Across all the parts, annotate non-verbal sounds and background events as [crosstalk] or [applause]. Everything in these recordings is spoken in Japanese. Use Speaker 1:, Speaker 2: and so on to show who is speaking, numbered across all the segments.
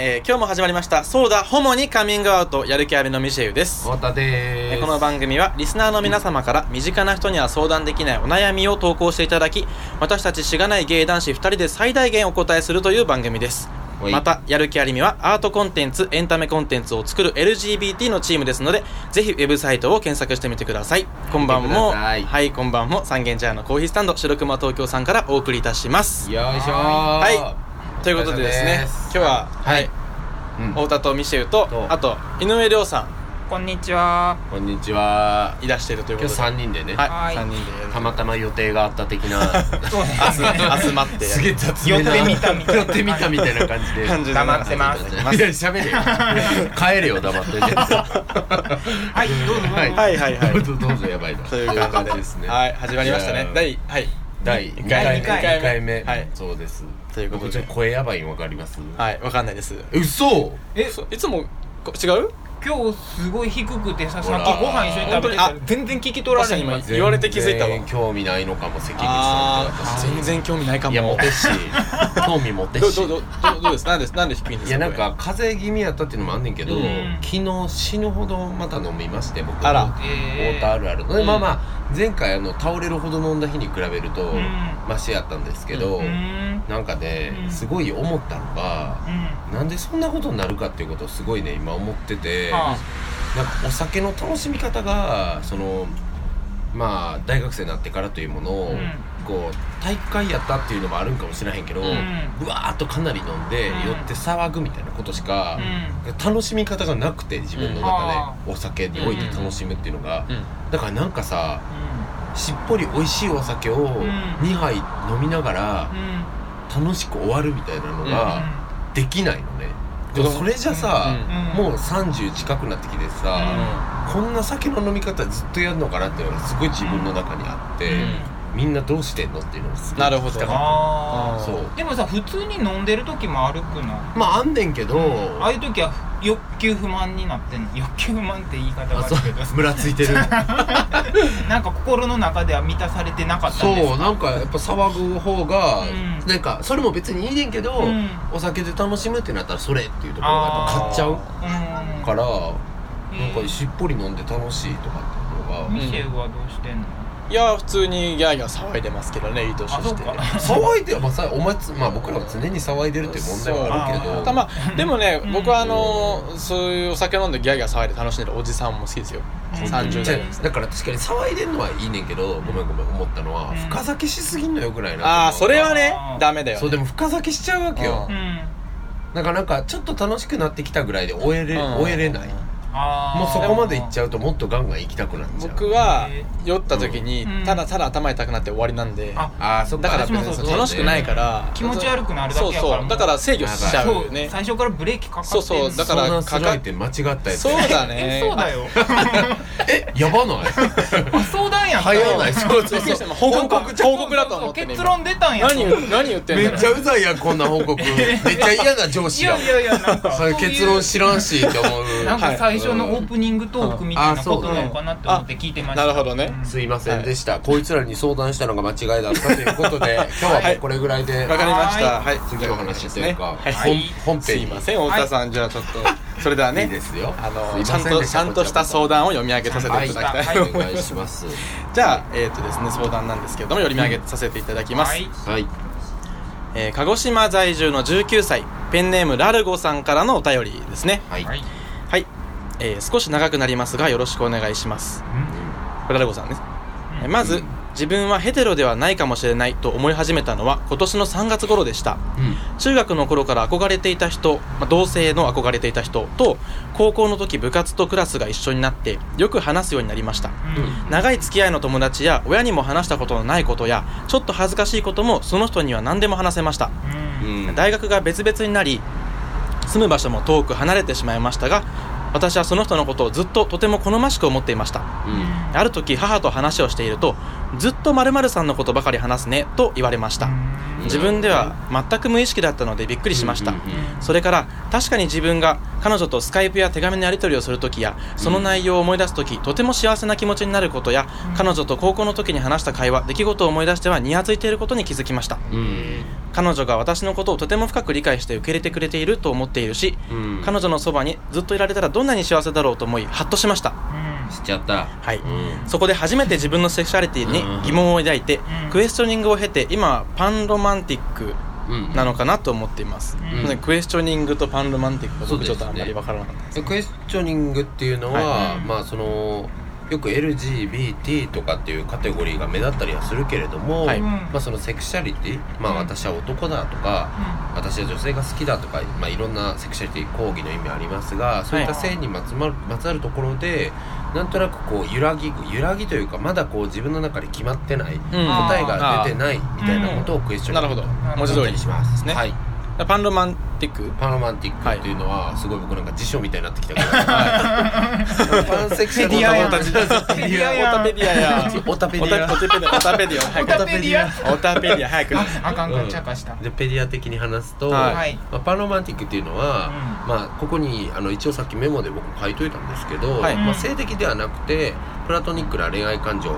Speaker 1: えー今日も始まりました「そうだホモにカミングアウトやる気ありのミシェウ」です
Speaker 2: 太田で
Speaker 1: え
Speaker 2: ー
Speaker 1: ー
Speaker 2: す
Speaker 1: この番組はリスナーの皆様から身近な人には相談できないお悩みを投稿していただき私たちしがない芸男子2人で最大限お答えするという番組です
Speaker 2: おい
Speaker 1: またやる気ありみはアートコンテンツエンタメコンテンツを作る LGBT のチームですのでぜひウェブサイトを検索してみてくださいこんばん
Speaker 2: 見
Speaker 1: も
Speaker 2: てください
Speaker 1: はいこんばんも三軒茶屋のコーヒースタンド白熊東京さんからお送りいたします
Speaker 2: よいしょー
Speaker 1: はいということでですね今日は
Speaker 2: はい、うん
Speaker 1: 太田とミシェウと
Speaker 2: と
Speaker 1: あと井上涼さ
Speaker 3: こんにちは。
Speaker 2: こんにちは
Speaker 1: んいらしているというこ
Speaker 2: 今
Speaker 1: とで
Speaker 2: 日3人でね、
Speaker 1: は
Speaker 3: はいい
Speaker 1: 3人で
Speaker 2: たまたま予定があった的な
Speaker 3: そうね。
Speaker 1: 集まって
Speaker 2: すげえ雑めな
Speaker 3: 寄ってみたみたいな
Speaker 2: 寄ってみたみたいな感じで
Speaker 1: 感じで
Speaker 3: 黙っ
Speaker 2: [laughs]
Speaker 3: てます
Speaker 2: いや喋れよ帰れよ黙ってね
Speaker 3: はい、どうぞどうぞ。
Speaker 2: はい
Speaker 1: はいはいはい
Speaker 2: どうぞどうぞやばいな
Speaker 1: という感じで
Speaker 2: ですね
Speaker 1: はい始まりましたね
Speaker 2: 第
Speaker 1: 第はい
Speaker 2: 第
Speaker 1: 一
Speaker 2: 2
Speaker 1: 回
Speaker 2: 回
Speaker 3: 目
Speaker 2: 目
Speaker 3: 二
Speaker 1: 回目
Speaker 2: 二回目
Speaker 1: はい
Speaker 2: そうです
Speaker 1: ということで
Speaker 2: 僕ちょっ声やばいんわかります
Speaker 1: はいわかんないです
Speaker 2: 嘘
Speaker 3: え、
Speaker 1: そういつもこ違う
Speaker 3: 今日すごい低くてさ、
Speaker 2: ほ
Speaker 3: さ
Speaker 2: ら
Speaker 3: っきご飯一緒に食べてたら
Speaker 1: 本当にあ
Speaker 3: 全然聞き取られない。
Speaker 1: 確かに言われて気づいたわ
Speaker 2: 全然興味ないのかも関口さんって
Speaker 1: あ
Speaker 2: 私
Speaker 1: ー全然興味ないかも
Speaker 2: いやモテし興味モテ
Speaker 1: どう
Speaker 2: し
Speaker 1: どうどうどうどうですなんですなんで低いんで
Speaker 2: い
Speaker 1: す
Speaker 2: や
Speaker 1: か
Speaker 2: なんか風邪気味やったっていうのもあんねんけど、
Speaker 1: うん
Speaker 2: 昨日死ぬほどまた飲みまして僕
Speaker 1: あら
Speaker 2: 太田あるある、
Speaker 1: うん
Speaker 2: まあまあ前回あの倒れるほど飲んだ日に比べると、
Speaker 3: うん
Speaker 2: マシやったんですけど、
Speaker 3: うーん。
Speaker 2: なんかね、
Speaker 3: うん
Speaker 2: すごい思ったのが、なんでそんなことになるかっていうことをすごいね今思ってて、
Speaker 3: うん。は
Speaker 2: なんかお酒の楽しみ方がそのまあ大学生になってからというものを、
Speaker 3: うん
Speaker 2: こう体育会やったっていうのもあるんかもしれへんけど、
Speaker 3: う
Speaker 2: うんわーっとかなり飲んで、
Speaker 3: うん
Speaker 2: 寄って騒ぐみたいなことしか
Speaker 3: う、ん。
Speaker 2: 楽しみ方がなくて自分の中で、お酒において楽しむっていうのが、
Speaker 1: うん
Speaker 2: だからなんかさしっぽり美味しいお酒を
Speaker 3: ん
Speaker 2: 2杯飲みながら
Speaker 3: うん。うん。
Speaker 2: 楽しく終わるみたいなのができないのね。でもそれじゃさ、
Speaker 3: うん
Speaker 2: もう30近くなってきて
Speaker 1: うん
Speaker 2: さ、こんな酒の飲み方ずっとやるのかなっていうのがすごい自分の中にあって、みんなどうしてんのっていうのをすごい
Speaker 1: なるほど
Speaker 2: 聞きたかった
Speaker 3: あ
Speaker 2: そう
Speaker 3: あ。でもさ、普通に飲んでる時も悪くない。
Speaker 2: まああんねんけど、
Speaker 3: ああいう時は欲求不満になってんの。欲求不満って言い方が
Speaker 2: あ
Speaker 3: あ
Speaker 2: そ
Speaker 3: る
Speaker 2: [laughs] う
Speaker 3: けど、
Speaker 2: ムラついてる
Speaker 3: なんか心の中では満たされてなかった
Speaker 2: そ
Speaker 3: んです
Speaker 2: うなんかやっぱ騒ぐ方が、
Speaker 3: うん
Speaker 2: なんかそれも別にいいねんけど、
Speaker 3: うん
Speaker 2: お酒で楽しむってなったらそれっていうところがやっぱ買っちゃう
Speaker 3: うん。
Speaker 2: から、
Speaker 3: うん
Speaker 2: なんかしっぽり飲んで楽しいとかっていうのが、
Speaker 3: ミシェルはどうしてんの
Speaker 1: いや普通にギャーギャー騒いでますけどねいい年
Speaker 3: あ、そ
Speaker 1: し
Speaker 3: う
Speaker 1: て
Speaker 3: か。
Speaker 2: 騒いでまあさお前つまあ僕らは常に騒いでるっていう問題はあるけ
Speaker 3: そう
Speaker 2: ど
Speaker 1: たまあでもね
Speaker 3: うん
Speaker 1: 僕はあのーそういうお酒飲んでギャーギャー騒いで楽しんでるおじさんも好きですよ
Speaker 3: うん
Speaker 1: 30
Speaker 2: じゃ
Speaker 1: 代
Speaker 3: うん
Speaker 2: あだから確かに騒いでんのはいいねんけどごめんごめん思ったのは、
Speaker 3: うん
Speaker 2: 深酒しすぎんのよくないなって思う
Speaker 1: ああそれはね
Speaker 3: あー
Speaker 1: ダメだよ
Speaker 2: そう
Speaker 1: ね
Speaker 2: でも深酒しちゃうわけよ
Speaker 1: う
Speaker 3: うん。
Speaker 2: だからなんかちょっと楽しくなってきたぐらいで終えれ,、
Speaker 1: うん
Speaker 2: 終えれない
Speaker 3: あー
Speaker 2: もうそこまで行っちゃうともっとガンガン行きたくなっちゃう
Speaker 1: 僕は
Speaker 3: へ
Speaker 1: 酔った時に
Speaker 3: うん
Speaker 1: ただただ頭痛くなって終わりなんで
Speaker 3: あ
Speaker 2: ああそっ
Speaker 1: だから
Speaker 3: 私
Speaker 1: 別
Speaker 3: もそう
Speaker 1: に楽しくないから
Speaker 3: 気持ち悪くなるだけ
Speaker 1: そ
Speaker 3: や
Speaker 1: う
Speaker 3: から
Speaker 1: そうだから制御しちゃう
Speaker 3: そ
Speaker 1: よ
Speaker 3: う
Speaker 1: ね
Speaker 3: 最初からブレーキかかってんの
Speaker 1: そうそうだ
Speaker 2: だ
Speaker 1: か
Speaker 2: からら相談
Speaker 1: か
Speaker 2: す
Speaker 1: か
Speaker 2: る相手間違ったやつ
Speaker 1: そうだ
Speaker 3: え
Speaker 1: ね
Speaker 3: そ
Speaker 1: [laughs]
Speaker 3: うだよ
Speaker 2: やばない
Speaker 3: あ相談や
Speaker 2: [laughs]
Speaker 3: った
Speaker 2: 早ないそう
Speaker 1: び
Speaker 2: そ
Speaker 1: [laughs] っ
Speaker 2: う
Speaker 1: くりし
Speaker 2: そ
Speaker 1: た
Speaker 2: う
Speaker 1: もう報告
Speaker 3: そうそう
Speaker 1: 報告だと思ってね
Speaker 3: 結論出たんや
Speaker 1: 今何言う何言ってんの
Speaker 2: めっちゃうざいやんこんな報 [laughs] 告めっちゃ嫌な上
Speaker 3: い
Speaker 2: 司や
Speaker 3: や
Speaker 2: ん
Speaker 3: いやいやな
Speaker 1: [laughs]
Speaker 3: んか
Speaker 2: それ結論知らんしって思
Speaker 3: そういう
Speaker 2: う
Speaker 3: なん
Speaker 1: は
Speaker 3: か
Speaker 1: い
Speaker 3: 最初のオープニングトークみたいなことなのかなって思って聞いてました
Speaker 1: なるほどね
Speaker 3: うん
Speaker 2: すいませんでした、こいつらに相談したのが間違いだったということ [laughs] で今日はもうこれぐらいで、
Speaker 1: わかりましたはい
Speaker 2: 次の話というか、
Speaker 1: はい
Speaker 3: はい
Speaker 2: 本本
Speaker 1: すい
Speaker 2: 編に
Speaker 1: ません太田さんじゃあちょっとそれではね
Speaker 2: いいですよ
Speaker 1: あ
Speaker 2: す
Speaker 1: の
Speaker 2: い
Speaker 1: ちゃ
Speaker 2: ま
Speaker 1: ん
Speaker 2: せん
Speaker 1: と
Speaker 2: でし
Speaker 1: ち
Speaker 2: た
Speaker 1: ゃんとした相談を読み上げさせて
Speaker 2: はいい
Speaker 1: ただきたい
Speaker 3: はい
Speaker 1: と
Speaker 2: お
Speaker 1: 思
Speaker 2: 願
Speaker 1: い
Speaker 2: い
Speaker 1: ま
Speaker 2: し
Speaker 1: す
Speaker 2: ます
Speaker 1: じゃあえっとですね相談なんですけれども読み上げさせていただきます
Speaker 3: はい
Speaker 2: はい
Speaker 1: えー鹿児島在住の19歳ペンネームラルゴさんからのお便りですね
Speaker 2: はい、
Speaker 3: はい
Speaker 1: はい、えー少し長くなりますがよろしくお願いしますこれラルゴさんですえーまず、
Speaker 2: うん
Speaker 1: 自分はヘテロではないかもしれないと思い始めたのは今年の3月頃でした中学の頃から憧れていた人、まあ同性の憧れていた人と高校の時部活とクラスが一緒になってよく話すようになりました
Speaker 3: うん
Speaker 1: 長い付き合いの友達や親にも話したことのないことやちょっと恥ずかしいこともその人には何でも話せました
Speaker 3: うん
Speaker 2: うんうん
Speaker 1: 大学が別々になり住む場所も遠く離れてしまいましたが私はその人のことをずっととても好ましく思っていました
Speaker 2: うん
Speaker 1: ある時母と話をしているとずっと〇〇さんのことばかり話すねと言われました
Speaker 2: ん
Speaker 1: 自分では全く無意識だったのでびっくりしました
Speaker 2: うんうん
Speaker 1: それから確かに自分が彼女とスカイプや手紙のやり取りをする時やその内容を思い出す時とても幸せな気持ちになることや
Speaker 3: うん
Speaker 1: 彼女と高校の時に話した会話出来事を思い出してはにやついていることに気づきました
Speaker 2: うん
Speaker 1: 彼女が私のことをとても深く理解して受け入れてくれていると思っているし
Speaker 2: うん
Speaker 1: 彼女のそばにずっといられたらどんなに幸せだろうと思いハッとしました
Speaker 2: しちゃった
Speaker 1: はいうそこで初めて自分のセクシャリティに疑問を抱いて
Speaker 3: うん
Speaker 1: クエスチョニングを経て今はパンロマンティック
Speaker 2: んうん
Speaker 1: なのかなと思っています、
Speaker 3: うん
Speaker 1: なのでクエスチョニングとパンロマンティックが
Speaker 2: そう
Speaker 1: 僕
Speaker 2: で
Speaker 1: ち
Speaker 2: す
Speaker 1: ょっと
Speaker 2: ね
Speaker 1: あんまりわからなかったです
Speaker 2: でクエスチョニングっていうのは、
Speaker 3: はいうん
Speaker 2: まあそのよく LGBT とかっていうカテゴリーが目立ったりはするけれども、
Speaker 1: はい
Speaker 2: まあ、そのセクシャリティ、まあ、
Speaker 3: うん
Speaker 2: 私は男だとか私は女性が好きだとか、まあ、いろんなセクシャリティ抗議の意味ありますがそういった性にまつまるまつわるところでなんとなくこう揺らぎ揺らぎというかまだこう自分の中で決まってない
Speaker 1: うん
Speaker 3: あ
Speaker 2: 答えが出てないみたいなことをクエスチョ
Speaker 1: な
Speaker 2: ニ
Speaker 1: るほ
Speaker 2: ング
Speaker 1: ど
Speaker 2: と
Speaker 1: 文字通
Speaker 2: 思
Speaker 1: りに
Speaker 2: ったり
Speaker 1: し
Speaker 2: し
Speaker 1: ま
Speaker 2: ます
Speaker 1: すね、
Speaker 2: はい
Speaker 1: パンロマンティック
Speaker 2: パンロマンティックっていうのはすごい僕なんか辞書みたいになってきたけど、パンセクシャリティ
Speaker 3: ペディアやん
Speaker 2: オタペディア
Speaker 3: ペディアやん
Speaker 1: オタペディアや
Speaker 2: オタペディア
Speaker 1: オタペディアオタペディア
Speaker 3: オ
Speaker 1: 早
Speaker 3: タ
Speaker 1: く
Speaker 3: ペディア
Speaker 1: オタペディア早く
Speaker 3: ああかんか
Speaker 2: うん
Speaker 3: んちゃかした
Speaker 2: でペディア的に話すと、
Speaker 1: はい
Speaker 3: はい
Speaker 2: まあ、パンロマンティックっていうのは、まあ、ここにあの一応さっきメモで僕書いといたんですけど、
Speaker 1: はい
Speaker 2: まあ、性的ではなくてプラトニックな恋愛感情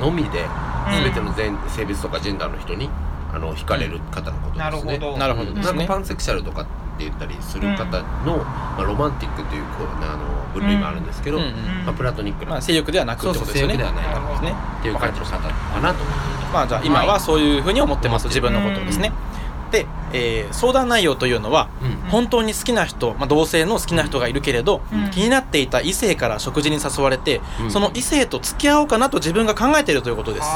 Speaker 2: のみで
Speaker 3: うん
Speaker 2: 全ての全性別とかジェンダーの人にあの惹かれる方のことですね。
Speaker 3: なるほど
Speaker 1: なるほどで
Speaker 2: な
Speaker 1: す
Speaker 2: ん
Speaker 1: ね
Speaker 2: かパンセクシャルとかって言ったりする方の、まあ、ロマンティックというこうあの分類もあるんですけど、
Speaker 1: うんうん
Speaker 2: まあ、プラトニックな、
Speaker 1: まあ性欲ではなく
Speaker 2: そ
Speaker 1: っ
Speaker 2: う
Speaker 1: て
Speaker 2: そ
Speaker 1: こ
Speaker 2: う
Speaker 1: とです
Speaker 2: 性
Speaker 1: よ
Speaker 2: 欲
Speaker 1: ね
Speaker 2: ではない
Speaker 3: なるほど
Speaker 1: ね
Speaker 2: っていう感じの方かなと思って
Speaker 1: まあじゃあ今
Speaker 3: は
Speaker 1: はいそういうふうに思ってます、
Speaker 2: 思っ
Speaker 1: 自
Speaker 2: て
Speaker 1: 分のことをですね、で、えー相談内容というのは
Speaker 2: うん
Speaker 3: うん
Speaker 1: 本当に好きな人、まあ、同性の好きな人がいるけれど、
Speaker 3: うん
Speaker 1: 気になっていた異性から食事に誘われて、
Speaker 2: うん
Speaker 1: その異性と付き合おうかなと自分が考えているということです。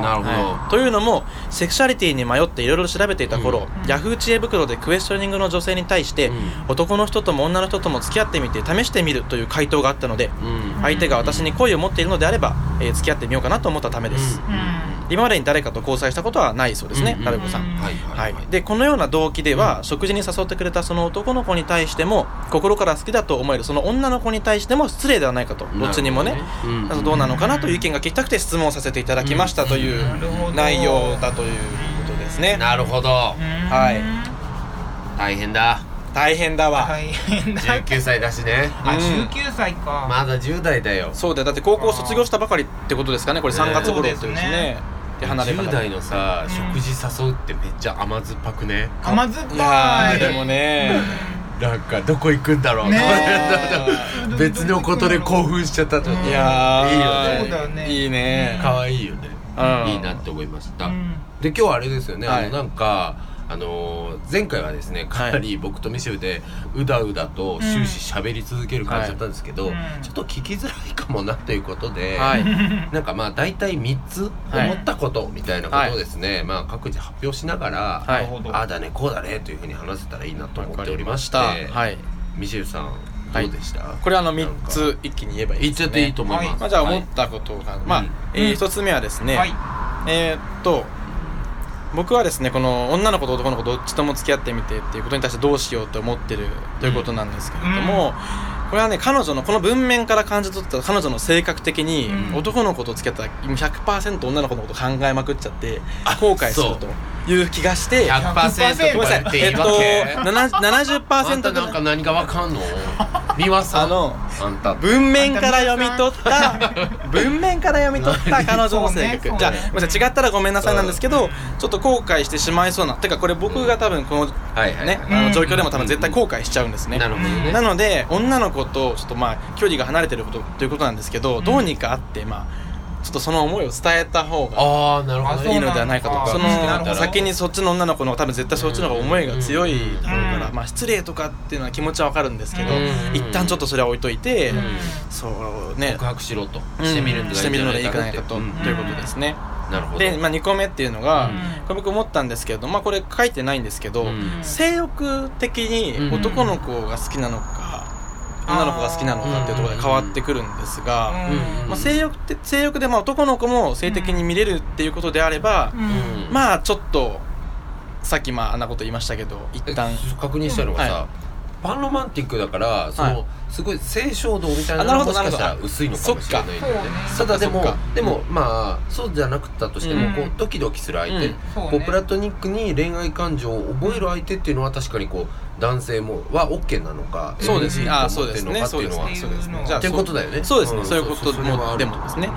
Speaker 2: なるほど、
Speaker 1: はいというのもセクシャリティに迷っていろいろ調べていた頃、
Speaker 3: うん
Speaker 1: ヤフー知恵袋でクエスチョニングの女性に対して、
Speaker 2: うん
Speaker 1: 男の人とも女の人とも付き合ってみて試してみるという回答があったので
Speaker 2: うん
Speaker 1: 相手が私に好意を持っているのであれば、えー付き合ってみようかなと思ったためです、
Speaker 3: うん
Speaker 1: 今までに誰かと交際したことはないそうですね、
Speaker 2: うん
Speaker 1: ダルコさん、
Speaker 3: うん
Speaker 2: はいは
Speaker 1: はいい
Speaker 2: はい、、
Speaker 1: でこのような動機では、食事に誘ってくれたその男の子に対しても心から好きだと思えるその女の子に対しても失礼ではないかとどっちにもね
Speaker 2: うん
Speaker 1: あとどうなのかなという意見が聞きたくて質問させていただきましたという
Speaker 3: なるほど
Speaker 1: 内容だということですね
Speaker 2: なるほど
Speaker 1: はい
Speaker 2: 大変だ
Speaker 1: 大変だわ、
Speaker 3: 大変だ
Speaker 2: 19歳だ
Speaker 1: [laughs]
Speaker 2: しね
Speaker 3: あ
Speaker 1: うん
Speaker 3: 19歳か
Speaker 2: まだ10代だよ
Speaker 1: そうだよだって高校卒業したばかりってことですかねこれ
Speaker 2: ね
Speaker 1: 3月頃ってこと
Speaker 3: そう
Speaker 1: で
Speaker 3: です
Speaker 1: ね
Speaker 3: すね
Speaker 1: で離れ
Speaker 2: 10
Speaker 1: 方
Speaker 2: 代のさ食事誘うってめっちゃ甘酸っぱくね
Speaker 3: 甘酸っ
Speaker 1: い
Speaker 3: ぱ
Speaker 1: やー
Speaker 3: い
Speaker 1: でもね
Speaker 2: なんかどこ行くんだろう
Speaker 3: ね
Speaker 1: え
Speaker 2: [laughs] 別のことで興奮しちゃったと
Speaker 3: うん
Speaker 1: いやー
Speaker 2: いいよね
Speaker 3: そうだよね
Speaker 1: いいね
Speaker 2: 可愛いよね
Speaker 1: うん
Speaker 2: いいなって思いました、
Speaker 3: うん
Speaker 2: で今日はあれですよね、
Speaker 1: はい
Speaker 2: あのなんかあのー前回はですねかなり僕とミシェルでうだうだと終始喋り続ける感じだったんですけど、
Speaker 3: うんはい
Speaker 2: ちょっと聞きづらいかもなということで、
Speaker 1: はい
Speaker 2: なんかまあ大体3つ
Speaker 1: はい
Speaker 2: 思ったことみたいなことをですね、まあ各自発表しながら、
Speaker 1: は
Speaker 3: なるほど
Speaker 2: ああだねこうだねというふうに話せたらいいなと思っておりまして
Speaker 1: わかりましたはい
Speaker 2: ミシェルさん
Speaker 1: は
Speaker 2: ど
Speaker 1: いう
Speaker 2: でした、
Speaker 1: これあの
Speaker 2: なん
Speaker 1: 3
Speaker 2: か
Speaker 1: つ一気に言えばいいで
Speaker 2: 言っ
Speaker 1: す
Speaker 2: ち
Speaker 1: ね
Speaker 2: ゃっていいと思います、
Speaker 1: まあ、じゃあ思
Speaker 2: はい
Speaker 1: ったことが、
Speaker 2: い
Speaker 1: まあ
Speaker 2: うん、
Speaker 1: え
Speaker 3: う
Speaker 1: ー
Speaker 3: ん
Speaker 1: 一つ目はですね、
Speaker 3: はい
Speaker 1: えーっと僕はですねこの女の子と男の子どっちとも付き合ってみてっていうことに対してどうしようと思ってるということなんですけれども、これはね彼女のこの文面から感じ取った彼女の性格的に、
Speaker 3: うん
Speaker 1: 男の子と付き合ったら100%女の子のこと考えまくっちゃって後悔するという気がしてご
Speaker 2: 100%
Speaker 1: めんな
Speaker 2: と
Speaker 1: さ
Speaker 2: か
Speaker 1: い
Speaker 2: 言ってい
Speaker 1: え
Speaker 2: い
Speaker 1: っ
Speaker 2: わけ、
Speaker 1: となな
Speaker 2: あん
Speaker 1: 70%
Speaker 2: た
Speaker 1: ぐ
Speaker 2: なん
Speaker 1: ら
Speaker 2: か
Speaker 1: い
Speaker 2: 何がわかん [laughs] の美輪さん
Speaker 1: あの
Speaker 2: あんた
Speaker 1: 文面から読み取った文面から読み取った彼女の性
Speaker 3: そう
Speaker 1: 格
Speaker 3: ね
Speaker 1: じゃあ
Speaker 3: そうね
Speaker 1: ごめんなさい違ったらごめんなさいなんですけどちょっと後悔してしまいそうなてかこれ僕が多分この
Speaker 2: はいはい、
Speaker 1: ね
Speaker 2: はい
Speaker 1: あの状況でも多分絶対後悔しちゃうんですね
Speaker 2: なるほどね
Speaker 1: なので女の子とちょっとまあ距離が離れてることということなんですけどどうにかあってまあちょっとその思いを伝えた方が
Speaker 2: ああなるほど
Speaker 3: あ
Speaker 1: い
Speaker 2: ね
Speaker 1: いのではないかと
Speaker 2: そ
Speaker 1: そう
Speaker 2: な
Speaker 1: の
Speaker 2: んだ
Speaker 1: 先にそっちの女の子の方が多分絶対そっちの方が思いが強いだろうか
Speaker 3: う
Speaker 1: ら
Speaker 3: ん
Speaker 1: まあ失礼とかっていうのは気持ちはわかるんですけど
Speaker 2: うん
Speaker 1: 一旦ちょっとそれは置いといて
Speaker 2: うん
Speaker 1: そうね
Speaker 2: 告白しろと
Speaker 1: うん
Speaker 2: してみるのがいい
Speaker 1: し
Speaker 2: んじ
Speaker 1: て
Speaker 2: ゃ
Speaker 1: みるのがいいんじゃ
Speaker 2: な
Speaker 1: ないい
Speaker 2: か
Speaker 1: か
Speaker 2: と
Speaker 1: と、
Speaker 2: うん
Speaker 1: ということですね。
Speaker 2: なるほど
Speaker 1: で、まあ、2個目っていうのが、
Speaker 2: うん
Speaker 1: これ僕思ったんですけれども、まあ、これ書いてないんですけど、
Speaker 2: うん
Speaker 1: 性欲的に
Speaker 2: うん
Speaker 1: 男の子が好きなのか、
Speaker 3: うん
Speaker 1: 女の子が好きなのかっていうところで変わってくるんですが、
Speaker 2: うん
Speaker 1: まあ、性欲って性欲でまあ男の子も性的に見れるっていうことであれば、
Speaker 3: うん
Speaker 2: あ
Speaker 1: まあちょっとさっきまああんなこと言いましたけど一旦
Speaker 2: 確認したのがさパンロマンティックだからその、
Speaker 1: はい
Speaker 2: すごい清少度みたい
Speaker 1: あ
Speaker 2: な
Speaker 1: な
Speaker 2: の
Speaker 1: る
Speaker 2: が
Speaker 1: ほど
Speaker 2: もしかした
Speaker 1: な
Speaker 2: ら
Speaker 1: るほど
Speaker 2: 薄いのかもしれないんだよね
Speaker 1: そ
Speaker 2: た
Speaker 1: っか
Speaker 2: だでも
Speaker 1: そっか
Speaker 2: でもまあそうじゃなくったとしても、
Speaker 1: うん
Speaker 2: こうドキドキする相手、
Speaker 1: うん
Speaker 3: そうね
Speaker 2: こうプラトニックに恋愛感情を覚える相手っていうのは確かにこう男性もは OK なのか
Speaker 1: そうですね
Speaker 2: NG
Speaker 1: あ
Speaker 2: と
Speaker 1: そうで
Speaker 2: 思って
Speaker 1: す
Speaker 2: るの
Speaker 1: ね
Speaker 2: かって
Speaker 1: そ
Speaker 2: いうう
Speaker 1: ですねそ
Speaker 2: のは
Speaker 1: うですね
Speaker 3: っていうのは
Speaker 1: じゃあ
Speaker 2: っていうことだよね
Speaker 1: そうですね
Speaker 2: ん
Speaker 1: そういうこと
Speaker 2: それはあ
Speaker 1: も
Speaker 2: る
Speaker 1: でもですね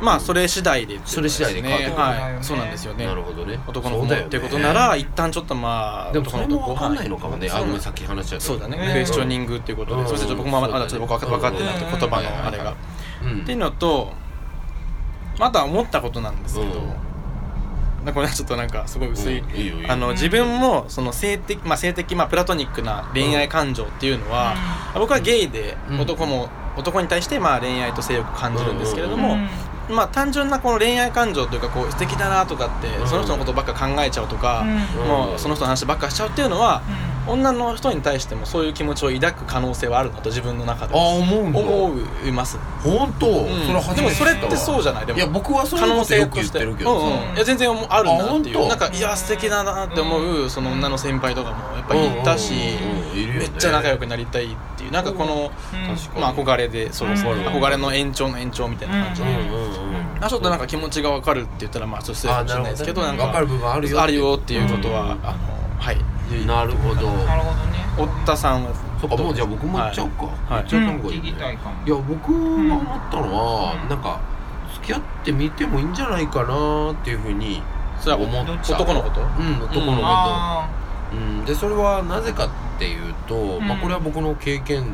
Speaker 1: まあそれ次第でっていうことです
Speaker 2: それ次第で変わってくる
Speaker 1: はいそうなんですよね
Speaker 2: なるほどね
Speaker 1: 男の
Speaker 2: そ
Speaker 1: 子
Speaker 2: う
Speaker 1: も
Speaker 2: だよね
Speaker 1: ってことなら一旦ちょっとまあ
Speaker 2: でもそ
Speaker 1: 男
Speaker 2: れ
Speaker 1: の
Speaker 2: も
Speaker 1: 男
Speaker 2: 分かんないのかもね
Speaker 1: は
Speaker 2: あ
Speaker 1: い
Speaker 2: ごめん先話しちゃった
Speaker 1: そうだね
Speaker 3: ね
Speaker 1: クエスチョニングっていうこと
Speaker 2: う
Speaker 1: で
Speaker 2: ん
Speaker 1: そしてちょっと僕もま
Speaker 2: そうだ
Speaker 1: だ
Speaker 2: ね
Speaker 1: ちょっと僕分かってなくて
Speaker 3: うん
Speaker 1: 言葉のあれがっ
Speaker 2: うん
Speaker 1: ていうのとまた思ったことなんですけどこれはちょっとなんかすごい薄い
Speaker 2: うんいいよいいよ
Speaker 1: あの
Speaker 3: うん
Speaker 1: 自分もその性的まあ性的まあプラトニックな恋愛感情っていうのは僕はゲイで
Speaker 2: うん
Speaker 1: 男も男に対してまあ恋愛と性欲を感じるんですけれども、
Speaker 3: うん
Speaker 1: まあ、単純なこの恋愛感情というかこう素敵だなとかって
Speaker 2: うん
Speaker 1: その人のことばっか考えちゃうとか、
Speaker 2: うん
Speaker 1: もうその人の話ばっかしちゃうっていうのは
Speaker 3: う
Speaker 1: 女の人に対してもそういう気持ちを抱く可能性はあるなと自分の中で
Speaker 2: あ思うんだ
Speaker 1: 思います、
Speaker 2: 本当、
Speaker 1: うん
Speaker 2: それ初めて
Speaker 1: でもそれって
Speaker 2: う
Speaker 1: そうじゃないでも
Speaker 2: いや僕はそうい
Speaker 1: 可
Speaker 2: うこ
Speaker 1: 能
Speaker 2: とよ
Speaker 1: 性
Speaker 2: く
Speaker 1: と
Speaker 2: 言っ
Speaker 1: してて
Speaker 2: るけ
Speaker 1: う
Speaker 2: ど
Speaker 1: ん
Speaker 2: さ、
Speaker 1: うんいや全然あるなってい
Speaker 2: あ本
Speaker 1: う
Speaker 2: 当
Speaker 1: なんかいや素敵だなって思うその女の先輩とかもやっぱりいたし、
Speaker 2: うんいるよね
Speaker 1: めっちゃ仲良くなりたいっていうなんかこの、
Speaker 3: ん
Speaker 2: 確かに
Speaker 1: まあ、憧れでそうそう
Speaker 3: うん
Speaker 1: 憧れの延長の延長みたいな感じ
Speaker 2: う
Speaker 1: で
Speaker 2: んうんうん
Speaker 1: あちょっとなんか気持ちが分かるって言ったらまあちょっと失礼かもしれないですけど
Speaker 2: あ
Speaker 1: な
Speaker 2: なん
Speaker 1: か
Speaker 2: るほどね分かる部分あるよ
Speaker 1: あるよっていうことは、
Speaker 2: うん
Speaker 1: あのはい
Speaker 2: なるほど
Speaker 3: なるほどね
Speaker 1: おったさんは
Speaker 2: そっかもうじゃあ僕も言っちゃおうか、
Speaker 1: い
Speaker 2: 言っちゃった方がいい、
Speaker 3: 聞
Speaker 2: ね
Speaker 3: きたいかも
Speaker 2: いや僕が思ったのは、
Speaker 3: うん
Speaker 2: なんか付き合ってみてもいいんじゃないかなっていうふうに
Speaker 1: それは
Speaker 2: 思っちゃう
Speaker 1: 男のこと
Speaker 2: うん男のこと、
Speaker 3: あ
Speaker 2: うんでそれはなぜかっていうと、まあ、
Speaker 3: うん
Speaker 2: これは僕の経験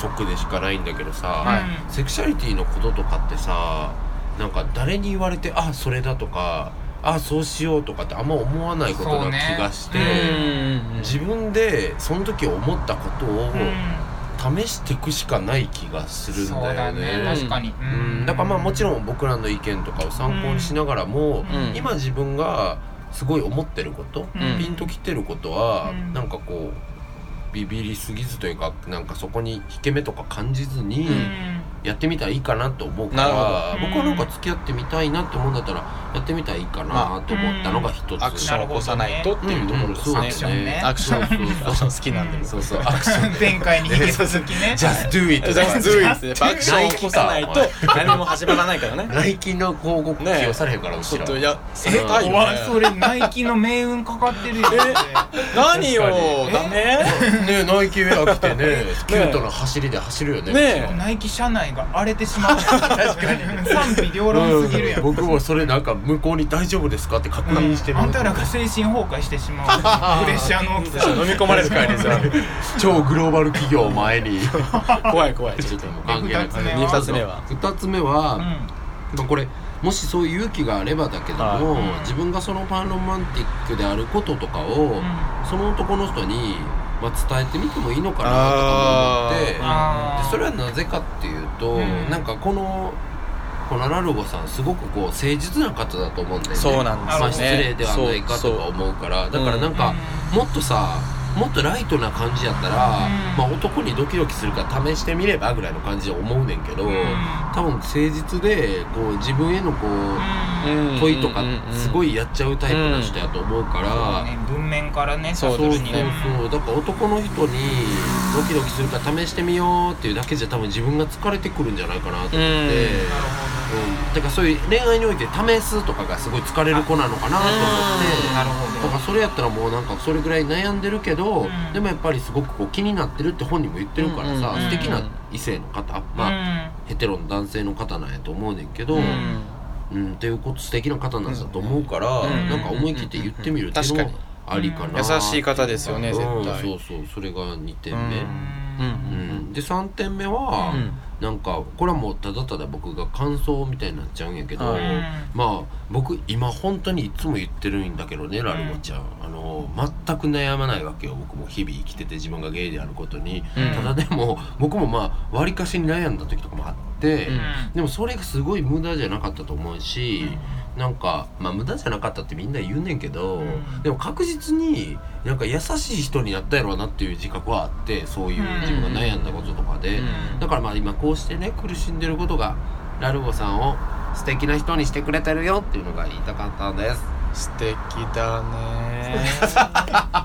Speaker 2: 則でしかないんだけどさ、
Speaker 1: はい
Speaker 3: うん
Speaker 2: セクシャリティのこととかってさなんか誰に言われてあそれだとかあそうしようとかってあんま思わないこと
Speaker 3: そ
Speaker 2: な
Speaker 3: うね
Speaker 2: 気がして、
Speaker 1: うん
Speaker 2: 自分でその時思ったことを試していくしかない気がするん
Speaker 3: そう
Speaker 2: だ
Speaker 3: だ
Speaker 2: よ
Speaker 3: ね
Speaker 2: ね。
Speaker 3: 確かに
Speaker 2: うん、だからまあもちろん僕らの意見とかを参考にしながらも、
Speaker 1: うん
Speaker 2: 今自分がすごい思ってること、
Speaker 1: うん
Speaker 2: ピンときてることは、
Speaker 3: うん
Speaker 2: なんかこうビビりすぎずというかなんかそこに引け目とか感じずに
Speaker 3: うん
Speaker 2: やってみたらいいかなと思うか
Speaker 1: なるほ
Speaker 2: ら、
Speaker 3: ど
Speaker 2: 僕はなんか付き合ってみたいなって思うんだったらやってみたらいいかなと思ったのが一つ、
Speaker 1: アクションを起こさないとっていうところですね,、
Speaker 2: うん
Speaker 3: アクションね
Speaker 1: アクション
Speaker 2: そうそう
Speaker 1: アク
Speaker 2: そう
Speaker 1: ション好きなんで
Speaker 2: そうそうアクション
Speaker 3: [laughs] 前回に引き続き
Speaker 2: [laughs]
Speaker 3: ね
Speaker 2: Just
Speaker 1: [laughs]
Speaker 2: do it
Speaker 1: Just do it やっぱアクションを
Speaker 2: ナイ
Speaker 1: 起
Speaker 2: キ
Speaker 1: こ
Speaker 2: か
Speaker 1: さないと何も始まらないからね
Speaker 2: ナイキの広告起用されへんから、
Speaker 1: ち
Speaker 2: 後
Speaker 1: ょ
Speaker 2: ろ
Speaker 1: っといやされ
Speaker 3: え
Speaker 1: たいよ
Speaker 3: わそ
Speaker 1: ね
Speaker 3: れナイキの命運かかってるよ
Speaker 1: 何よダメ
Speaker 2: ねナイキウェア着て [laughs] ねキュートな走りで走るよね
Speaker 1: ね
Speaker 3: ナイキ社内が荒れてしまった確かに賛否両論すぎるやん
Speaker 2: 僕もそれなんか向こうに大丈夫ですかって確認してみ
Speaker 3: あ
Speaker 2: る
Speaker 3: んたらが精神崩壊してしまうプレッシャーの大きさ
Speaker 1: 飲み込まれるからねじゃ
Speaker 2: [laughs] 超グローバル企業を前に
Speaker 1: あ怖い怖いちょっと
Speaker 2: 関係なくて
Speaker 3: 二
Speaker 1: つ目は
Speaker 2: 二つ目
Speaker 3: う
Speaker 2: は、
Speaker 3: ん
Speaker 2: まあこれもしそういう勇気があればだけども、
Speaker 3: はい
Speaker 2: 自分がそのパンロマンティックであることとかを、
Speaker 3: うん
Speaker 2: その男の人に、まあ、伝えてみてもいいのかなと
Speaker 1: あー
Speaker 2: かも思って
Speaker 3: あ
Speaker 2: で
Speaker 3: ー
Speaker 2: それはなぜかっていうと、
Speaker 3: うん
Speaker 2: なんかこのこのラルゴさんすごくこう誠実な方だと思うんだよね
Speaker 1: そうなんですよね
Speaker 2: まあ、失礼ではないか
Speaker 1: そう
Speaker 2: とか思うから
Speaker 1: そう
Speaker 2: だからなんか、
Speaker 3: うん
Speaker 2: もっとさもっとライトな感じやったら、
Speaker 3: うん
Speaker 2: まあ、男にドキドキするから試してみればぐらいの感じで思うねんけど、
Speaker 3: うん
Speaker 2: 多分誠実でこう自分へのこう、
Speaker 1: うん
Speaker 2: 問いとか
Speaker 1: うんうんうん
Speaker 2: すごいやっちゃうタイプの人やと思うから、
Speaker 3: そうね文面からね
Speaker 1: そう
Speaker 2: そうそう
Speaker 1: で
Speaker 2: そ
Speaker 1: す
Speaker 2: う
Speaker 1: ね
Speaker 2: だから男の人にドキドキするから試してみようっていうだけじゃ多分自分が疲れてくるんじゃないかなと思って、
Speaker 1: う
Speaker 2: うんん
Speaker 3: なるほど
Speaker 2: だからそういう恋愛において試すとかがすごい疲れる子なのかなと思
Speaker 1: うん
Speaker 3: な
Speaker 2: っ
Speaker 3: るほ
Speaker 2: て
Speaker 3: ど
Speaker 2: だからそれやったらもうなんかそれぐらい悩んでるけど、
Speaker 3: うん
Speaker 2: でもやっぱりすごくこう気になってるって本人も言ってるからさ、
Speaker 1: うん
Speaker 3: う
Speaker 2: 素
Speaker 3: ん
Speaker 2: 敵な異性の方、まあヘテロの男性の方なんやと思うねんけど、
Speaker 1: う
Speaker 2: うんんっていうこと素敵な方なんだと思うから、
Speaker 1: うん
Speaker 2: なんか思い切って言ってみるっていうのもありかな
Speaker 1: 優しい方ですよね絶対
Speaker 2: うんそうそうそれが2点目、
Speaker 1: うん
Speaker 3: う
Speaker 1: うん
Speaker 2: うんんで3点目は、なんかこれはもうただただ僕が感想みたいになっちゃうんやけど、
Speaker 1: はい
Speaker 2: まあ僕今本当にいつも言ってるんだけどねラルゴちゃん、あの全く悩まないわけよ僕も日々生きてて自分がゲイであることに、
Speaker 1: うん
Speaker 2: ただでも僕もまあわりかし悩んだ時とかもあって、
Speaker 1: うん
Speaker 2: でもそれがすごい無駄じゃなかったと思うし、なんかまあ無駄じゃなかったってみんな言うねんけど、
Speaker 3: うん
Speaker 2: でも確実になんか優しい人になったやろうなっていう自覚はあってそういう自分が悩んだこととかで、
Speaker 1: うん
Speaker 2: だからまあ今こうしてね苦しんでることがラルゴさんを素敵な人にしてくれてるよっていうのが言いたかったんです。
Speaker 1: 素敵だ [laughs] ね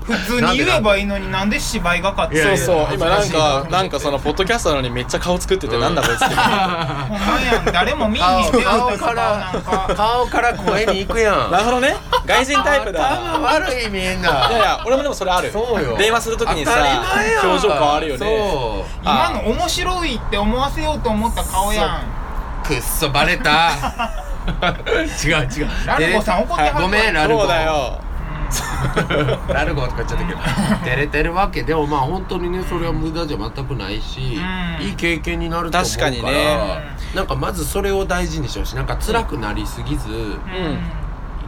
Speaker 3: 普通に言えばいいのになんで芝居がかって
Speaker 1: そうそう今なん
Speaker 3: 恥ずしいと思っ
Speaker 1: か
Speaker 3: て
Speaker 1: なんかそのポッドキャスターなのにめっちゃ顔作ってて [laughs] なんだこいつって
Speaker 3: ほんまやん誰も見に行って
Speaker 2: [laughs]
Speaker 3: よ
Speaker 2: 顔
Speaker 3: とか
Speaker 2: から
Speaker 3: なんか
Speaker 2: 顔から声に行くやん
Speaker 1: なるほどね外人タイプだ
Speaker 2: 頭悪いみんない
Speaker 1: やいや俺もでもそれある
Speaker 2: そうよ
Speaker 1: 電話するときにさ
Speaker 2: 当たり前やん
Speaker 1: 表情変わるよね
Speaker 2: そう
Speaker 3: 今の面白いって思わせようと思った顔やん
Speaker 2: くっそバレた [laughs] 違う違う
Speaker 3: ラルゴさん怒ってはるわ
Speaker 2: ごめんラルゴ
Speaker 1: そうだよ
Speaker 2: ラルゴとか言っちゃったけど照れてるわけでもまあ本当にねそれは無駄じゃ全くないし、
Speaker 3: うん
Speaker 2: いい経験になると思うから
Speaker 1: 確かにね
Speaker 2: なんかまずそれを大事にしてほしいなんか辛くなりすぎず、
Speaker 3: うん
Speaker 1: うん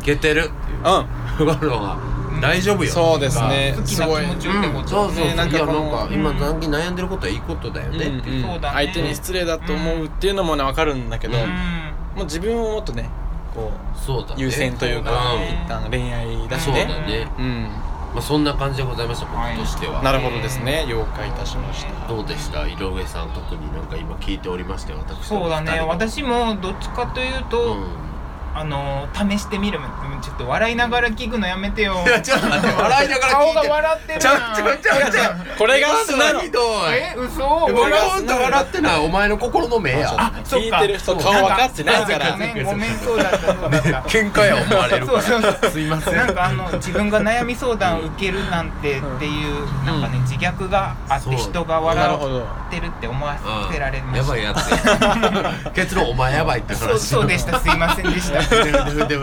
Speaker 2: いけてる
Speaker 1: う
Speaker 2: っていうところが大丈夫
Speaker 1: ん
Speaker 2: よ
Speaker 1: そうですね
Speaker 3: 好き
Speaker 1: す
Speaker 3: な気
Speaker 1: ごい
Speaker 3: 持ち
Speaker 2: う
Speaker 3: をっ
Speaker 2: ん
Speaker 3: てこと
Speaker 2: そうそうそうい
Speaker 1: ね
Speaker 2: や
Speaker 1: な
Speaker 2: なんん
Speaker 1: か
Speaker 2: か
Speaker 1: この
Speaker 2: 今
Speaker 3: うん
Speaker 2: 難儀悩んでることはいいことだよねっていう、
Speaker 1: うん
Speaker 3: そうだね
Speaker 1: 相手に失礼だと思うっていうのもね分かるんだけど、
Speaker 2: うん
Speaker 1: もう自分をもっとねこう
Speaker 2: そうだね
Speaker 1: 優先というか
Speaker 2: そうだね
Speaker 1: 一旦恋愛だし
Speaker 2: そうだ
Speaker 1: ね
Speaker 2: ね、
Speaker 1: うん
Speaker 2: まあ、そんな感じでございました
Speaker 3: はい
Speaker 2: 僕としては、
Speaker 1: なるほどですね了解いたしました
Speaker 2: どうでした井上さん特になんか今聞いておりまして私
Speaker 3: そうだね私もどっちかというと、
Speaker 2: うん
Speaker 3: あの試してみるうんちょっと笑いながら聞くのやめてよ
Speaker 2: いやちょっと待って笑いながら聞い
Speaker 3: 顔
Speaker 2: て
Speaker 3: が笑ってる
Speaker 2: ち
Speaker 3: や
Speaker 2: ょ
Speaker 3: ん
Speaker 2: ちょちょちょ
Speaker 1: これが素なの
Speaker 2: 今のはひどい
Speaker 3: え嘘
Speaker 2: 僕
Speaker 1: これが
Speaker 2: は本当笑ってないお前の心の目や
Speaker 1: あ
Speaker 3: そ
Speaker 1: 聞
Speaker 3: っか
Speaker 1: いてる人顔分かってないか
Speaker 3: ん
Speaker 1: ら
Speaker 3: ごめんごめんそうだったそうだった
Speaker 2: 喧嘩や思われるから
Speaker 3: そうそうそう
Speaker 2: すいません
Speaker 3: なんかあの自分が悩み相談を受けるなんてっていうなんかね自虐があっ
Speaker 2: そう
Speaker 3: て人が
Speaker 1: なるほ
Speaker 3: 笑
Speaker 1: ど
Speaker 3: ってるって思わ
Speaker 2: うん
Speaker 3: せられま
Speaker 2: や
Speaker 3: し
Speaker 2: ばい
Speaker 3: た
Speaker 2: やつや結論お前やばいって
Speaker 3: そう
Speaker 2: 話
Speaker 3: そうでしたすいませんでした
Speaker 1: [laughs]
Speaker 2: ででででで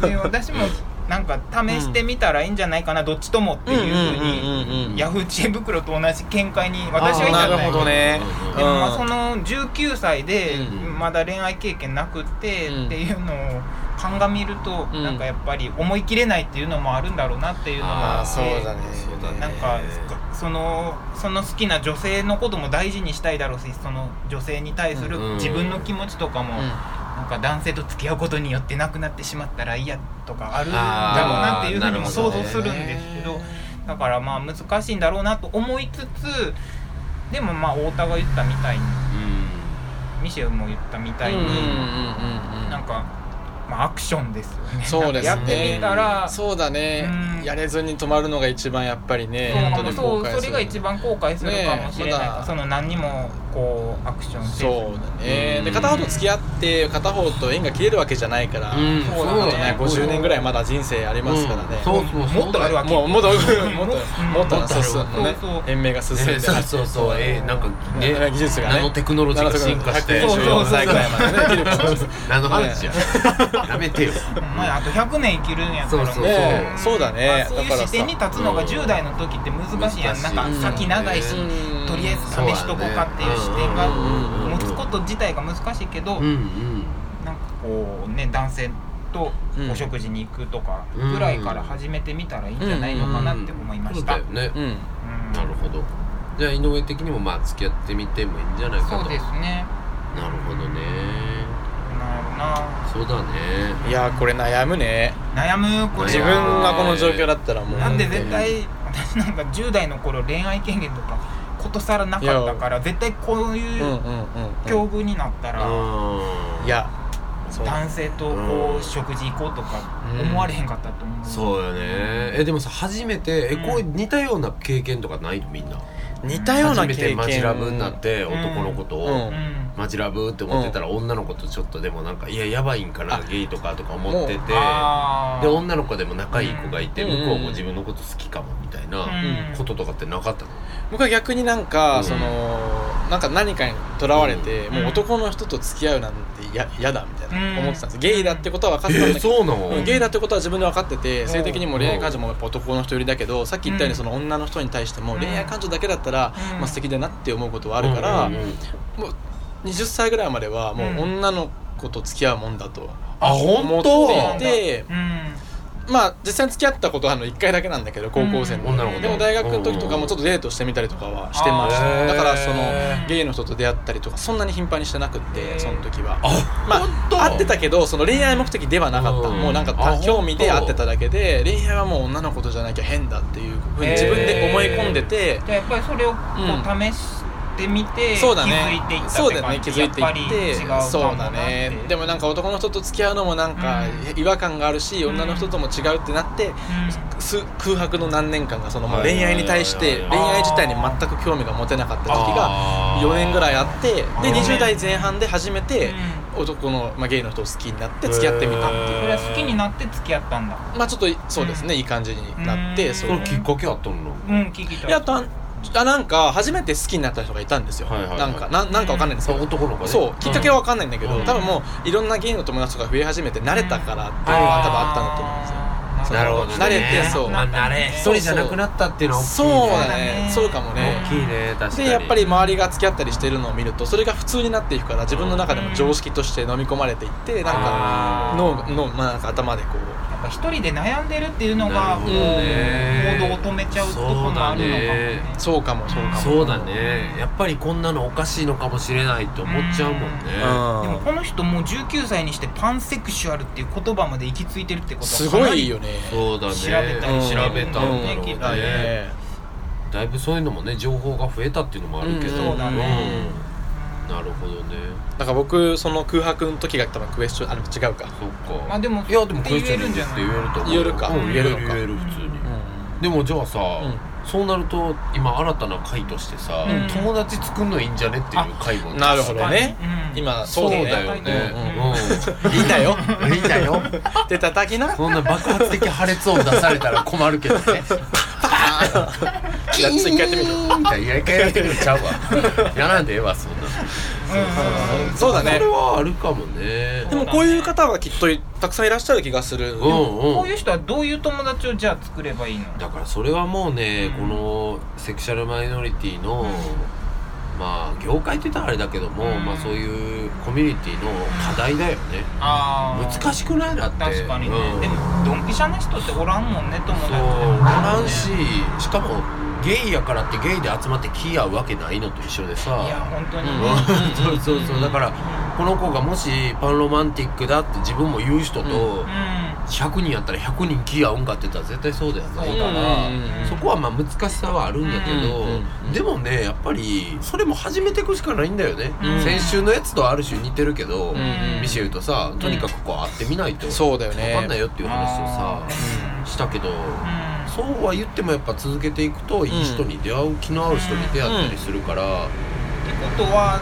Speaker 2: で
Speaker 3: で私もなんか試してみたらいいんじゃないかなどっちともって
Speaker 1: うんうん
Speaker 3: いうふうに
Speaker 1: うんうんうん
Speaker 3: ヤフー知恵袋と同じ見解に私は行っちゃ
Speaker 1: な
Speaker 3: っ
Speaker 1: る
Speaker 3: たんや
Speaker 1: ほどね
Speaker 2: うん
Speaker 3: でもまあその19歳で
Speaker 2: うん
Speaker 3: まだ恋愛経験なくって
Speaker 1: うん
Speaker 3: っていうのを鑑みると
Speaker 1: うん
Speaker 3: なんかやっぱり思い切れないっていうのもあるんだろうなっていうのも
Speaker 1: あ
Speaker 3: あ
Speaker 1: あ
Speaker 3: っ
Speaker 1: そうだね
Speaker 2: そうだ
Speaker 3: て
Speaker 2: ね
Speaker 3: なんかそのその好きな女性のことも大事にしたいだろうしその女性に対する
Speaker 2: うん
Speaker 3: 自分の気持ちとかも
Speaker 1: う
Speaker 3: なんか男性と付き合うことによってなくなってしまったら嫌とかあるんだろう
Speaker 2: あ
Speaker 3: なって
Speaker 2: ー
Speaker 3: いうふうに
Speaker 2: な
Speaker 3: も
Speaker 2: るほ
Speaker 3: 想
Speaker 2: ど
Speaker 3: 像
Speaker 2: ね
Speaker 3: するんですけどだからまあ難しいんだろうなと思いつつでもまあ太田が言ったみたいにミシェルも言ったみたいに
Speaker 1: んうんうんうん
Speaker 3: なんか、まあ、アクションですよね
Speaker 1: そうですね
Speaker 3: なんかやってみたらそう
Speaker 1: そうだね
Speaker 3: うん
Speaker 1: やれずに止まるのが一番やっぱりね
Speaker 3: な
Speaker 1: 本
Speaker 3: の
Speaker 1: 当に
Speaker 3: そ
Speaker 1: 後
Speaker 3: う
Speaker 1: 悔する
Speaker 3: それが一番後悔するかもしれな
Speaker 1: ねえ
Speaker 3: いから、
Speaker 1: まだ
Speaker 3: その何にもこうアクションせず
Speaker 1: そうだね
Speaker 2: うん
Speaker 1: で片方と付き合って片方と縁が切れるわけじゃないから
Speaker 2: うんうん
Speaker 3: そう
Speaker 1: あ
Speaker 3: だ
Speaker 1: とね50年ぐらいまだ人生ありますからね
Speaker 2: うんそうそうそう
Speaker 3: もっとあるわけ
Speaker 1: もうもっともっと
Speaker 3: うん
Speaker 1: もっと進
Speaker 2: もっ
Speaker 1: む
Speaker 3: とあ
Speaker 1: ね
Speaker 3: るそうそう
Speaker 1: 延命が進んで
Speaker 2: ねそうそうそうえーなんか
Speaker 1: ね
Speaker 2: ね
Speaker 1: 技術がね
Speaker 2: ナノテクノロジーが進化して
Speaker 3: そうそうそう
Speaker 1: 124歳ぐらいまでね生きる
Speaker 2: [laughs]
Speaker 1: かもしれ
Speaker 2: 何の話 [laughs] ややめてよ
Speaker 3: まあ、あと100年生きるんやったら
Speaker 2: そうそう
Speaker 1: ないね
Speaker 2: ん
Speaker 1: そうだ
Speaker 3: ま
Speaker 1: ね
Speaker 3: あ
Speaker 1: だ
Speaker 3: そういう
Speaker 1: からさ
Speaker 3: 視点に立つのが10代の時って難しいやん
Speaker 2: うん
Speaker 3: なん
Speaker 2: 難し
Speaker 3: か
Speaker 2: い
Speaker 3: 先長いし
Speaker 1: うん
Speaker 3: とりあえず試しとこうかっていう視点が
Speaker 2: そうだねうん
Speaker 3: 持つこと自体が難しいけど
Speaker 2: うんうん
Speaker 3: なんかこうね男性とお食事に行くとかぐらいから始めてみたらいいんじゃないのかなって思いました。
Speaker 2: そうだよ
Speaker 1: うん
Speaker 2: ね
Speaker 3: うん
Speaker 2: なるほどじゃあ井上的にもまあ付き合ってみてもいいんじゃないかと
Speaker 3: そうですね。
Speaker 2: なるほどね
Speaker 3: なるほどな。
Speaker 2: そうだね
Speaker 1: いやーこれ悩むね
Speaker 3: 悩むこれ
Speaker 1: 自分がこの状況だったらもう
Speaker 3: だって絶対私なんか10代の頃恋愛経験とかことさらなかったから絶対こう
Speaker 1: うんうん
Speaker 3: いう
Speaker 1: うん
Speaker 3: 境
Speaker 1: う
Speaker 3: 遇になったら。
Speaker 2: うん
Speaker 1: んいやそう
Speaker 3: 男性とこう食事行こうとか思われへんかったと思う、
Speaker 2: そうよねえでもさ初めてえ
Speaker 3: うん
Speaker 2: こう似たような経験とかないのみんな
Speaker 1: 似たような経
Speaker 2: 初めて
Speaker 1: 験
Speaker 2: マジラブになって男のこと
Speaker 1: う
Speaker 2: を
Speaker 1: ん
Speaker 3: うん
Speaker 2: マジラブって思ってたら女の子とちょっとでもなんかいややばいんか
Speaker 1: あ
Speaker 2: なゲイとかとか思ってて
Speaker 3: あー
Speaker 2: で女の子でも仲いい子がいて
Speaker 1: うん
Speaker 2: 向こうも自分のこと好きかもみたいな
Speaker 3: うん
Speaker 2: こととかってなかったの
Speaker 1: 僕は逆になんか、
Speaker 2: うん
Speaker 1: そのなんか何かにとらわれて、
Speaker 3: うん
Speaker 1: もう男の人と付き合うなんてや嫌だみたいな、
Speaker 3: うん
Speaker 1: 思ってたんですゲイだってことは分かってたん
Speaker 2: え
Speaker 1: だ
Speaker 2: ー
Speaker 1: けど、
Speaker 2: そうなの
Speaker 1: うんゲイだってことは自分で分かってて
Speaker 3: ん
Speaker 1: 性的にも恋愛感情もやっぱ男の人よりだけどさっき言ったように
Speaker 3: うん
Speaker 1: その女の人に対しても
Speaker 3: うん
Speaker 1: 恋愛感情だけだったら、
Speaker 3: うん
Speaker 1: まあ素敵だなって思うことはあるから、
Speaker 2: うんうんうん
Speaker 1: もう20歳ぐらいまではもう女の子と付き合うもんだと
Speaker 2: あ
Speaker 1: 思
Speaker 2: 本
Speaker 1: って
Speaker 2: 当
Speaker 1: いて、
Speaker 3: うん
Speaker 1: まあ実際に付き合ったことはあの1回だけなんだけど高校生の時、
Speaker 3: うん
Speaker 2: 女の子と
Speaker 1: でも大学の時とかもちょっとデートしてみたりとかはしてまし
Speaker 3: あ
Speaker 1: た
Speaker 2: ー
Speaker 1: だからその
Speaker 2: へ
Speaker 3: ー
Speaker 1: ゲイの人と出会ったりとかそんなに頻繁にしてなくってその時は
Speaker 2: あ
Speaker 1: ま
Speaker 2: 本当
Speaker 1: あ会ってたけどその恋愛目的ではなかった
Speaker 2: うん
Speaker 1: もうなんか
Speaker 2: あ
Speaker 1: た興味で
Speaker 2: 本
Speaker 1: 会
Speaker 2: 当
Speaker 1: ってただけで恋愛はもう女の子とじゃなきゃ変だっていうふうに自分で思い込んでて
Speaker 3: じゃあやっぱりそれをこ
Speaker 1: うん
Speaker 3: う試しってみて
Speaker 1: そうだ
Speaker 3: 気づい
Speaker 1: ね
Speaker 3: ていった
Speaker 1: そうだね気
Speaker 3: 感じ
Speaker 1: づいて
Speaker 3: やっぱり
Speaker 1: い
Speaker 3: 違
Speaker 1: っ
Speaker 3: う
Speaker 1: て
Speaker 3: かもなって
Speaker 1: そうだねでもなんか男の人と付き合うのもなんか
Speaker 3: う
Speaker 1: 違和感があるし、女の人とも違うってなって、す空白の何年間がそのもう
Speaker 2: はいはい
Speaker 1: 恋
Speaker 2: はい
Speaker 1: 愛に対して
Speaker 2: あー
Speaker 1: 恋愛自体に全く興味が持てなかった時が
Speaker 2: あー
Speaker 1: 4年ぐらいあってで
Speaker 2: ー
Speaker 1: 20代前半で初めて
Speaker 3: うん
Speaker 1: 男の、まあ、ゲイの人を好きになって付き合ってみたっていう
Speaker 3: それは好きになって付き合ったんだ
Speaker 1: まあちょっとそうですね、いい感じになっ
Speaker 3: うん
Speaker 1: てそ
Speaker 2: そう
Speaker 1: いう
Speaker 2: のきっかけあったの
Speaker 3: うん聞きた
Speaker 1: いやたんあなんか初めて好きになった人がいたんですよ、
Speaker 2: はいはいはい
Speaker 1: なんかななんかわかんないんですけど、
Speaker 2: 男の子ね
Speaker 1: そうきっかけはわかんないんだけど、
Speaker 2: うん
Speaker 1: 多分もういろんなゲイの友達とか増え始めて慣れたからっていうのは
Speaker 2: あー
Speaker 1: 多分あったんだと思うんですよ
Speaker 3: と
Speaker 2: なるほどね
Speaker 1: 慣れてそう
Speaker 2: まあ慣れ一人じゃなくなったっていうのは大きい
Speaker 1: そうだ
Speaker 3: 大きいね
Speaker 1: ねそうかもね
Speaker 2: 大きいね確かに
Speaker 1: でやっぱり周りが付き合ったりしてるのを見るとそれが普通になっていくから自分の中でも常識として飲み込まれていってなんか
Speaker 2: あー
Speaker 1: 脳の、まあ、なんか頭でこう
Speaker 3: やっぱ一人で悩んでるっていうの
Speaker 2: な
Speaker 3: が
Speaker 2: る
Speaker 3: こ
Speaker 2: ほ
Speaker 3: う
Speaker 2: ど
Speaker 3: 行
Speaker 2: ね
Speaker 3: 動を止めちゃうところもあるのかもね
Speaker 1: そうかもそうかも
Speaker 2: そうだねやっぱりこんなのおかしいのかもしれないって思っちゃうもんね
Speaker 3: でも
Speaker 1: う
Speaker 3: この人もう19歳にしてパンセクシュアルっていう言葉まで行き着いてるってこ
Speaker 1: ん
Speaker 3: とは
Speaker 1: すご
Speaker 3: かないり
Speaker 1: よね
Speaker 2: そうだね
Speaker 3: 調べた
Speaker 1: りして
Speaker 2: 調べたんだろう
Speaker 1: うん
Speaker 3: きっと
Speaker 2: ねだいぶそういうのもね情報が増えたっていうのもあるけど、
Speaker 1: うん
Speaker 3: そうだね
Speaker 2: うんなるほどね
Speaker 1: だから僕その空白の時が多分クエスチョンあれ違うか
Speaker 2: そっか
Speaker 3: まあでも
Speaker 2: いやでも
Speaker 3: って
Speaker 2: クエ
Speaker 3: 言
Speaker 2: スチ
Speaker 3: え
Speaker 2: ョ
Speaker 3: る
Speaker 2: ン
Speaker 3: んじ
Speaker 2: で
Speaker 3: ゃ
Speaker 2: すっ
Speaker 3: な
Speaker 2: て
Speaker 3: い
Speaker 2: 言え
Speaker 1: 言え
Speaker 2: ると思う
Speaker 1: るか
Speaker 2: うん、言
Speaker 1: 言
Speaker 2: え
Speaker 1: え
Speaker 2: る
Speaker 1: る
Speaker 2: 言
Speaker 1: のか
Speaker 2: える普通に、
Speaker 1: う
Speaker 2: でもじゃあさ、
Speaker 1: ん
Speaker 2: そうなると今新たな回としてさ、
Speaker 3: うん
Speaker 2: 友達作んのいいんじゃねっていう回も
Speaker 1: んなるほどね
Speaker 3: うん
Speaker 1: 今そう
Speaker 2: そう
Speaker 1: だ
Speaker 2: だ
Speaker 1: よ
Speaker 2: よ
Speaker 1: ね
Speaker 2: ね
Speaker 3: うん
Speaker 2: うんいいんだよいいんだよ
Speaker 1: で叩きな
Speaker 2: そんな爆発的破裂音出されたら困るけどね
Speaker 1: キーン一回やってみる
Speaker 2: いや一回やってみるちゃうわやらんでええわそんな
Speaker 3: うん
Speaker 1: そうだね
Speaker 2: それはあるかもね
Speaker 1: でもこういう方はきっとたくさんいらっしゃる気がする、う
Speaker 2: う
Speaker 1: ん
Speaker 2: ん
Speaker 3: こ
Speaker 2: う
Speaker 3: うんいう人はどういう友達をじゃあ作ればいいの
Speaker 2: だからそれはもうね、
Speaker 3: うん
Speaker 2: このセクシャルマイノリティの、
Speaker 3: うん
Speaker 2: まあ業界って言ったらあれだけども、
Speaker 3: うん
Speaker 2: まあそういうコミュニティの課題だよね、
Speaker 3: あー
Speaker 2: 難しくないだって
Speaker 3: 確かにね、
Speaker 2: うん
Speaker 3: でもドンピシャな人っておらんもんね友達
Speaker 2: そうおらんししかもゲイやからってゲイで集まって気合うわけないのと一緒で
Speaker 3: いや
Speaker 2: さ
Speaker 3: 本当に、
Speaker 1: うん
Speaker 2: そうそうそうだからこの子がもしパンロマンティックだって自分も言う人と
Speaker 3: う
Speaker 2: 100人やったら100人気合うんかって言ったら絶対そうだよないから
Speaker 1: うん
Speaker 3: ん
Speaker 2: そこはまあ難しさはあるんやけど、
Speaker 1: うんうん
Speaker 2: でもねやっぱりそれも始めていくしかないんだよね、
Speaker 3: うん
Speaker 2: 先週のやつとある種似てるけど、
Speaker 1: うん
Speaker 2: ミシェルとさとにかくこう会ってみないと分
Speaker 1: そうだよね
Speaker 2: かんないよっていう話をさ、
Speaker 3: あー
Speaker 2: したけど
Speaker 3: うん
Speaker 2: そうは言ってもやっぱ続けていくといい人に出会う気の合う人に出会ったりするから、
Speaker 3: ってことは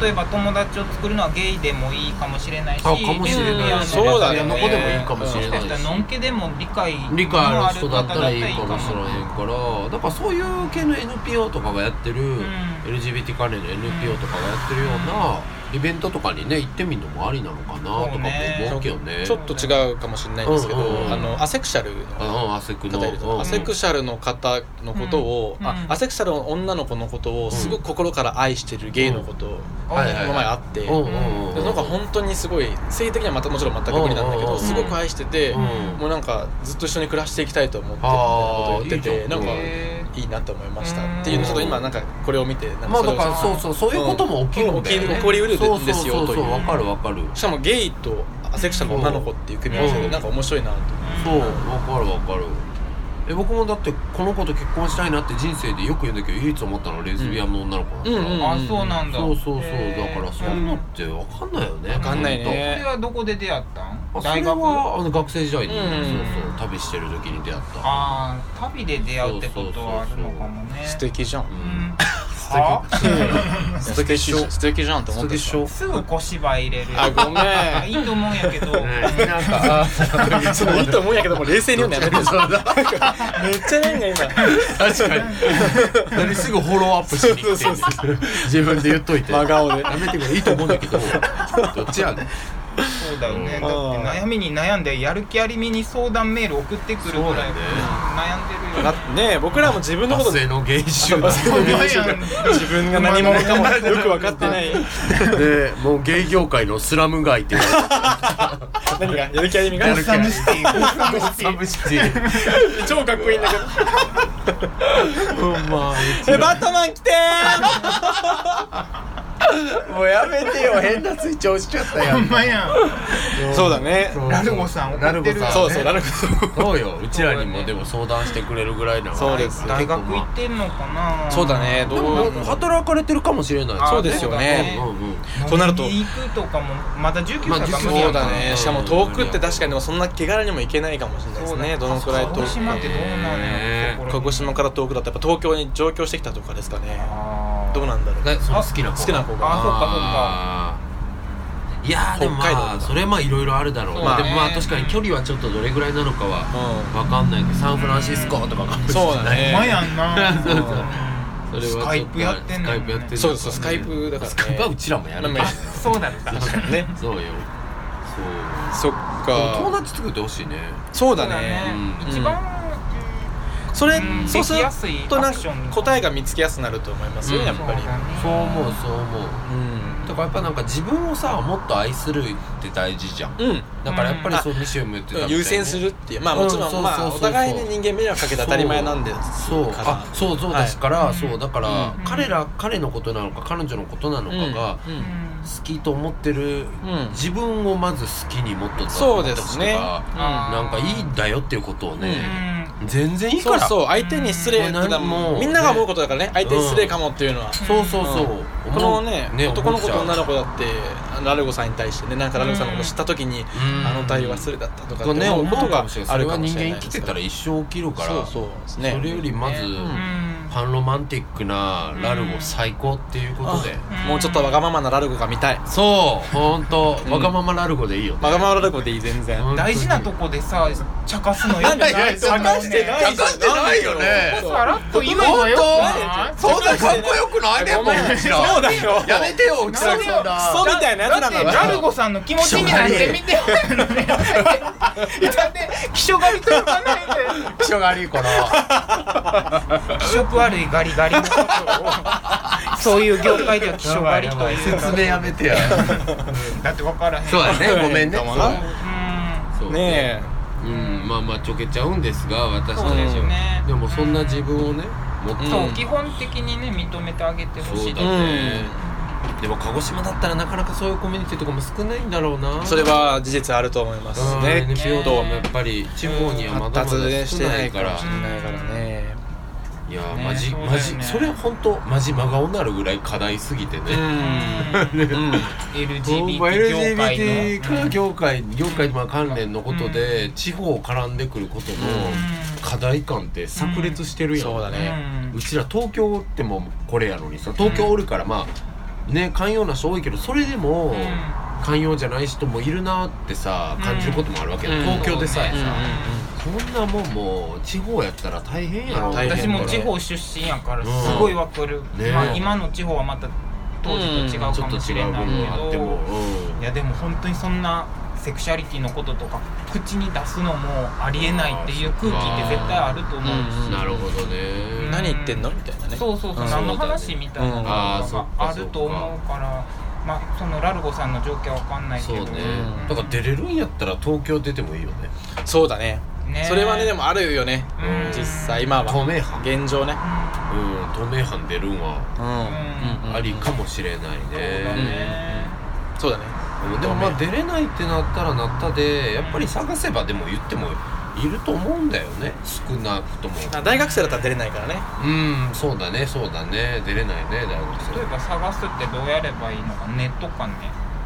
Speaker 3: 例えば友達を作るのはゲイでもいいかもしれないし
Speaker 2: あかもしれない、
Speaker 1: うんそうだね
Speaker 2: の子でもいいかもしれな
Speaker 3: もしか
Speaker 2: い
Speaker 3: し
Speaker 2: し、
Speaker 3: たらのんけでも理解
Speaker 2: 理解ある人だったらいいか
Speaker 3: の
Speaker 2: もしれへんからだからそういう系の NPO とかがやってる、LGBT 関連の NPO とかがやってるようなイベントとかにね行ってみるのもありなのかなとかも思うけどね
Speaker 1: ちょっと違うかもしれないんですけど、
Speaker 2: うんうん
Speaker 1: あのアセクシャル
Speaker 2: う
Speaker 1: の
Speaker 2: んアセクの
Speaker 1: 方いるとアセクシャルの方のことを、
Speaker 3: うん
Speaker 1: あ
Speaker 3: うん
Speaker 1: アセクシャルの女の子のことをすごく心から愛してるゲイのことを
Speaker 3: うん
Speaker 2: はい
Speaker 1: こ
Speaker 2: はい
Speaker 1: の前会
Speaker 2: は
Speaker 1: って、
Speaker 2: いうんうんうん
Speaker 1: でなんか本当にすごい性的にはまたもちろん全く無理なんだけ
Speaker 2: うん
Speaker 1: どすごく愛してて、
Speaker 2: うん
Speaker 1: もうなんかずっと一緒に暮らしていきたいと思ってるみたいなこと
Speaker 2: あ
Speaker 1: を
Speaker 2: ー
Speaker 1: 言ってて
Speaker 2: いいじ
Speaker 1: な
Speaker 2: ゃん
Speaker 1: んか
Speaker 3: へ
Speaker 1: いいなと思いまし
Speaker 3: うん
Speaker 1: たっていうのをちょっと今なんかこれを見てなん
Speaker 2: まあ
Speaker 1: それ
Speaker 2: だ
Speaker 1: を
Speaker 2: からそうそうそういうことも起きるんだよ
Speaker 1: うん
Speaker 2: ね
Speaker 1: 起こりうるんですよ
Speaker 2: そうそ
Speaker 1: と
Speaker 2: うそ
Speaker 1: いうう
Speaker 2: わかるわかる
Speaker 1: しかもゲイとアセクシャルの女の子っていう組み合わせ
Speaker 2: う
Speaker 1: で
Speaker 2: ん
Speaker 1: なんか面白いなと
Speaker 2: そうわかるわかるえ僕もだってこの子と結婚したいなって人生でよく言うんだけど唯一思ったのはレズビアンの女の子だった
Speaker 1: うんうん
Speaker 3: あそうなんだ
Speaker 2: そうそうそう
Speaker 3: へ
Speaker 2: だ
Speaker 3: ー
Speaker 2: からそういうのってわかんないよねわ
Speaker 1: 分かんない
Speaker 3: そ
Speaker 1: ね
Speaker 3: れはどこで出会った
Speaker 2: あ
Speaker 3: ん
Speaker 2: それ
Speaker 3: 大学
Speaker 2: はあの学生時代に、
Speaker 1: うん
Speaker 2: そうそう旅してる時に出会った
Speaker 3: ああ旅で出会うってことはあるのかもね
Speaker 1: 素敵じゃん
Speaker 3: うん
Speaker 2: あ
Speaker 3: は
Speaker 1: 素敵じゃん素敵じゃんって思ってた [laughs]
Speaker 3: すぐ小芝居入れる
Speaker 1: あごめん
Speaker 3: あ [laughs] いいと思うんやけど、
Speaker 2: ねなんか
Speaker 1: そのいいと思うんやけどもう冷静に言うのやめて
Speaker 2: そうだ
Speaker 1: めっちゃ変が今
Speaker 2: [laughs] 確かに何すぐフォローアップしに来てんねん自分で言っといて
Speaker 1: 真
Speaker 2: や
Speaker 1: 顔で
Speaker 2: めてくれいいと思うんだけどどっちやねん
Speaker 3: そうだよね、
Speaker 2: うん
Speaker 3: だって悩みに悩んでやる気ありみに相談メール送ってくる
Speaker 2: そ
Speaker 3: ぐ
Speaker 2: う
Speaker 3: ら
Speaker 2: だ
Speaker 3: い
Speaker 2: よね
Speaker 3: 悩んでるよ
Speaker 1: だってね僕らも自分のこ
Speaker 2: 女
Speaker 1: と
Speaker 2: 性の芸集団
Speaker 1: そう
Speaker 3: お前やん
Speaker 1: 自分が何者かもよく分かってない
Speaker 2: でもう芸業界のスラム街って言われ
Speaker 1: 何
Speaker 2: てる
Speaker 1: がやる気ありみが
Speaker 2: やる気ありみ
Speaker 3: シティゴッサムシテ
Speaker 2: サ
Speaker 3: ィ
Speaker 2: ブシティ
Speaker 1: 超かっこいいんだけど
Speaker 2: [laughs] ほんま
Speaker 1: えバットマン来てー
Speaker 2: もうやめてよ変な追調しちゃったや
Speaker 3: ほ
Speaker 2: ん
Speaker 3: んまやん
Speaker 1: そうだね
Speaker 2: そう
Speaker 3: ラルゴさん
Speaker 2: ラルゴ
Speaker 3: 怒っ
Speaker 2: さ
Speaker 3: て
Speaker 2: ん
Speaker 3: る
Speaker 1: そうそうラ
Speaker 2: ル
Speaker 1: ルゴさん
Speaker 2: そうようちらにもでも相談してくれるぐらいなの
Speaker 1: そうです
Speaker 3: 大学行ってんのかな
Speaker 1: そうだねど
Speaker 2: でも
Speaker 1: う
Speaker 2: 働かれてるかもしれない
Speaker 3: あー
Speaker 1: そうですよね
Speaker 2: うんうん
Speaker 1: となると
Speaker 3: 飲みに行くとかもまだ19
Speaker 2: まあ
Speaker 3: 歳か
Speaker 2: 19
Speaker 3: 無理や
Speaker 1: そ
Speaker 3: ん
Speaker 1: うだ
Speaker 2: う
Speaker 1: ね
Speaker 2: ん
Speaker 1: しかも遠くって確かにでもそんな気軽にも行けないかもしれないですねどのくらい
Speaker 3: 遠
Speaker 1: 遠
Speaker 3: く
Speaker 1: く
Speaker 3: 鹿児島ってどうなんやろ
Speaker 1: 鹿児島から遠くだったらやっぱ東京に上京してきたとかですかね
Speaker 3: あ
Speaker 1: どうなんだろう
Speaker 2: ねその好きな子が
Speaker 1: 好きな子が
Speaker 2: あーいやーでも
Speaker 1: 北海
Speaker 2: ま
Speaker 1: 道
Speaker 2: あ
Speaker 1: とか
Speaker 2: それはまあいろいろあるだろう
Speaker 1: そうね
Speaker 2: でもまあ確かに距離はちょっとどれぐらいなのかは
Speaker 1: う
Speaker 2: わかんないけどサンフランシスコとかかもしれない
Speaker 1: そうだね
Speaker 3: うまやんな
Speaker 2: そうそうそれはちょっと
Speaker 3: スカイプやってんの
Speaker 2: スカイプやってんのかね
Speaker 1: そうですスカイプだからね
Speaker 2: スカイプはうちらもやる
Speaker 1: まあまあ
Speaker 3: そうだった
Speaker 1: 確かにね
Speaker 2: [laughs] そうよそう
Speaker 1: そっ
Speaker 2: 友
Speaker 1: か
Speaker 2: 達作ってほしいね
Speaker 1: そう
Speaker 3: そ
Speaker 1: だ
Speaker 3: うだね
Speaker 1: ねうん
Speaker 3: 一番
Speaker 1: それ
Speaker 3: うん
Speaker 1: そうする
Speaker 3: できやすい
Speaker 1: と
Speaker 3: ア
Speaker 1: なん
Speaker 3: クションみたいな
Speaker 1: か答えが見つけやすくなると思いますよ
Speaker 2: うん
Speaker 1: やっぱり
Speaker 3: そうだね
Speaker 2: そう思うそう思う
Speaker 1: うん
Speaker 2: だからやっぱなんか自分をさもっと愛するって大事じゃん
Speaker 1: うん
Speaker 2: だからやっぱりそうミシウムって言ってたみたいに
Speaker 1: 優先するっていうまあもちろ
Speaker 2: うんそ
Speaker 1: ん
Speaker 2: う
Speaker 1: ま
Speaker 2: そう
Speaker 1: あ
Speaker 2: そうそう
Speaker 1: お互いに人間迷惑かけて当たり前なんで
Speaker 2: そう
Speaker 1: から
Speaker 2: あそうそうですから、
Speaker 3: はい
Speaker 2: そうだから、
Speaker 3: うん
Speaker 2: 彼ら彼のことなのか彼女のことなのかが、
Speaker 1: うんうん
Speaker 2: 好きと思ってる、
Speaker 1: うん
Speaker 2: 自分をまず好きにもっとなって
Speaker 1: そうで
Speaker 2: ほし
Speaker 1: す
Speaker 2: い
Speaker 1: ね
Speaker 2: から
Speaker 1: うん
Speaker 2: なんかいいんだよっていうことを
Speaker 3: う
Speaker 2: ね、
Speaker 3: ん
Speaker 2: 全然いいか
Speaker 1: そう
Speaker 2: ら
Speaker 1: そう相手に失礼
Speaker 2: うん
Speaker 1: ただ
Speaker 2: もう
Speaker 1: みんなが思うことだからね相手に失礼かもっていうのは
Speaker 2: そうそうそう
Speaker 1: う
Speaker 2: 思う
Speaker 1: このね男の子と女の
Speaker 2: 子
Speaker 1: 子だってあのラルゴさんに対してねなんかラルゴさんのこと知った時にあの対応は失礼だったとかって
Speaker 2: ね
Speaker 1: 思う
Speaker 2: 思
Speaker 1: こ
Speaker 2: う
Speaker 1: と
Speaker 2: か
Speaker 1: が
Speaker 2: もしれな
Speaker 1: あ
Speaker 2: いそれ
Speaker 1: る
Speaker 2: は
Speaker 1: かもし
Speaker 2: 人
Speaker 1: れ
Speaker 2: 間
Speaker 1: な
Speaker 2: 生
Speaker 1: い
Speaker 2: き
Speaker 1: で
Speaker 2: て
Speaker 1: す
Speaker 2: た
Speaker 1: から
Speaker 2: 一生起きるから
Speaker 1: そうそうですね
Speaker 2: それよりまず、
Speaker 1: う
Speaker 3: うんん
Speaker 2: パンロマンティックなラルゴ最高っていうことで、
Speaker 1: あもうちょっとわがままなラルゴが見たい
Speaker 2: そう本当、
Speaker 1: うん
Speaker 2: わがままラルゴでいいよ、ね
Speaker 1: わがままラルゴでいい全然
Speaker 2: うん
Speaker 3: 大事なとこでさ茶化すのよ
Speaker 1: なんで
Speaker 2: いや
Speaker 1: 茶化してない
Speaker 2: 茶化してないよね
Speaker 1: そう
Speaker 3: さらっと今のはよくない
Speaker 2: そんなかっこよくないねも
Speaker 1: ご
Speaker 2: う
Speaker 1: めん
Speaker 2: うちら
Speaker 1: そうだよ
Speaker 2: やめてようちら
Speaker 3: なんで
Speaker 2: そんな
Speaker 1: クソみたいなやつなのよ
Speaker 3: だってラルゴさんの気持ちになってみてよだって気色がりというかないで
Speaker 2: 気性が悪いから
Speaker 3: 気色悪いガリガリのことをそういう業界では気色悪いという
Speaker 2: 説明やめてや
Speaker 3: だって分からへん
Speaker 2: そうだねごめんね
Speaker 1: そうだね
Speaker 3: う
Speaker 2: そう
Speaker 1: ね
Speaker 2: うんまあまあちょけちゃうんですが私
Speaker 3: んそう
Speaker 2: た
Speaker 3: です
Speaker 2: ち
Speaker 3: よ
Speaker 2: は
Speaker 3: ね
Speaker 2: でもそんな自分をねもっと
Speaker 1: うん
Speaker 3: そう基本的にね認めてあげてほし
Speaker 2: そう
Speaker 3: い
Speaker 2: だ
Speaker 1: ん
Speaker 2: ねでも鹿児島だったらなかなかそういうコミュニティとかも少ないんだろうな
Speaker 1: えそれは事実あると思いますね
Speaker 2: ね
Speaker 1: き
Speaker 3: う
Speaker 2: NPO
Speaker 1: っ
Speaker 3: ん
Speaker 2: とか
Speaker 1: と
Speaker 2: もやっぱり地方にはま
Speaker 1: 発
Speaker 2: だま
Speaker 1: 達
Speaker 2: だ
Speaker 1: し
Speaker 2: 少
Speaker 1: て
Speaker 2: な
Speaker 1: ない
Speaker 2: い
Speaker 1: か
Speaker 2: からら
Speaker 1: しれないからね
Speaker 2: いやー
Speaker 3: ね
Speaker 2: マジ
Speaker 3: そうだよ
Speaker 2: マ
Speaker 3: ね
Speaker 2: ジそれ本当マジ真顔になるぐらい課題すぎてね
Speaker 1: うん
Speaker 3: うん
Speaker 1: うん
Speaker 3: LGBT
Speaker 2: まあ
Speaker 3: 業界の
Speaker 2: LGBT
Speaker 3: うん
Speaker 2: 業界業界まあ関連のことで地方絡んでくることの課題感って炸裂してるやん、
Speaker 1: そうだね
Speaker 3: うん
Speaker 2: うちら東京ってもうこれやのにさ東京おるからまあね寛容な人多いけどそれでも
Speaker 3: ん
Speaker 2: 寛容じゃない人もいるなってさ感じることもあるわけ、
Speaker 1: うん
Speaker 2: 東京でさえ
Speaker 3: うん
Speaker 2: さ、そんなもんもう地方やったら大変やろ
Speaker 1: 大変
Speaker 3: 私も地方出身やから
Speaker 2: う
Speaker 3: す
Speaker 2: ん
Speaker 3: ごいわかる、
Speaker 2: ね
Speaker 3: まあ今の地方はまた当時と違うか
Speaker 2: ちょっと
Speaker 3: もし
Speaker 2: 違
Speaker 3: れ
Speaker 2: う部
Speaker 3: ない
Speaker 2: 分があっ
Speaker 3: け
Speaker 2: て
Speaker 3: ど、
Speaker 2: も、うん
Speaker 3: いやでも本当にそんなセクシャリティのこととか口に出すのもありえないっていう空気って絶対あると思う
Speaker 1: うん
Speaker 2: なるほどね、
Speaker 1: うん何言ってんのみたいなね
Speaker 3: そうそうそう、
Speaker 1: うん
Speaker 3: 何の話みたいなの
Speaker 2: うんあーそ
Speaker 3: が
Speaker 2: っか
Speaker 3: あると思うから、まあそのラルゴさんの状況はわかんないけ
Speaker 2: そう
Speaker 3: ど
Speaker 2: ね
Speaker 1: うん
Speaker 2: だから出れるんやったら東京出てもいいよね
Speaker 1: そうだね
Speaker 3: ね
Speaker 1: それはねでもあるよね
Speaker 3: うん
Speaker 1: 実際今
Speaker 2: 透
Speaker 1: は
Speaker 2: 明班
Speaker 1: 現状ね
Speaker 3: う
Speaker 2: うん透明班出るんは
Speaker 1: うんん
Speaker 2: ありかもしれない
Speaker 3: んそうだ
Speaker 2: ね、
Speaker 3: ね
Speaker 1: そうだね
Speaker 2: うんでもまあ出れないってなったらなったでやっぱり探せばでも言ってもいると思うんだよね少なくとも
Speaker 1: あ大学生だったら出れないからね
Speaker 2: うんそうだねそうだね出れないね大学
Speaker 3: 例えば探すってどうやればいいのかネットかね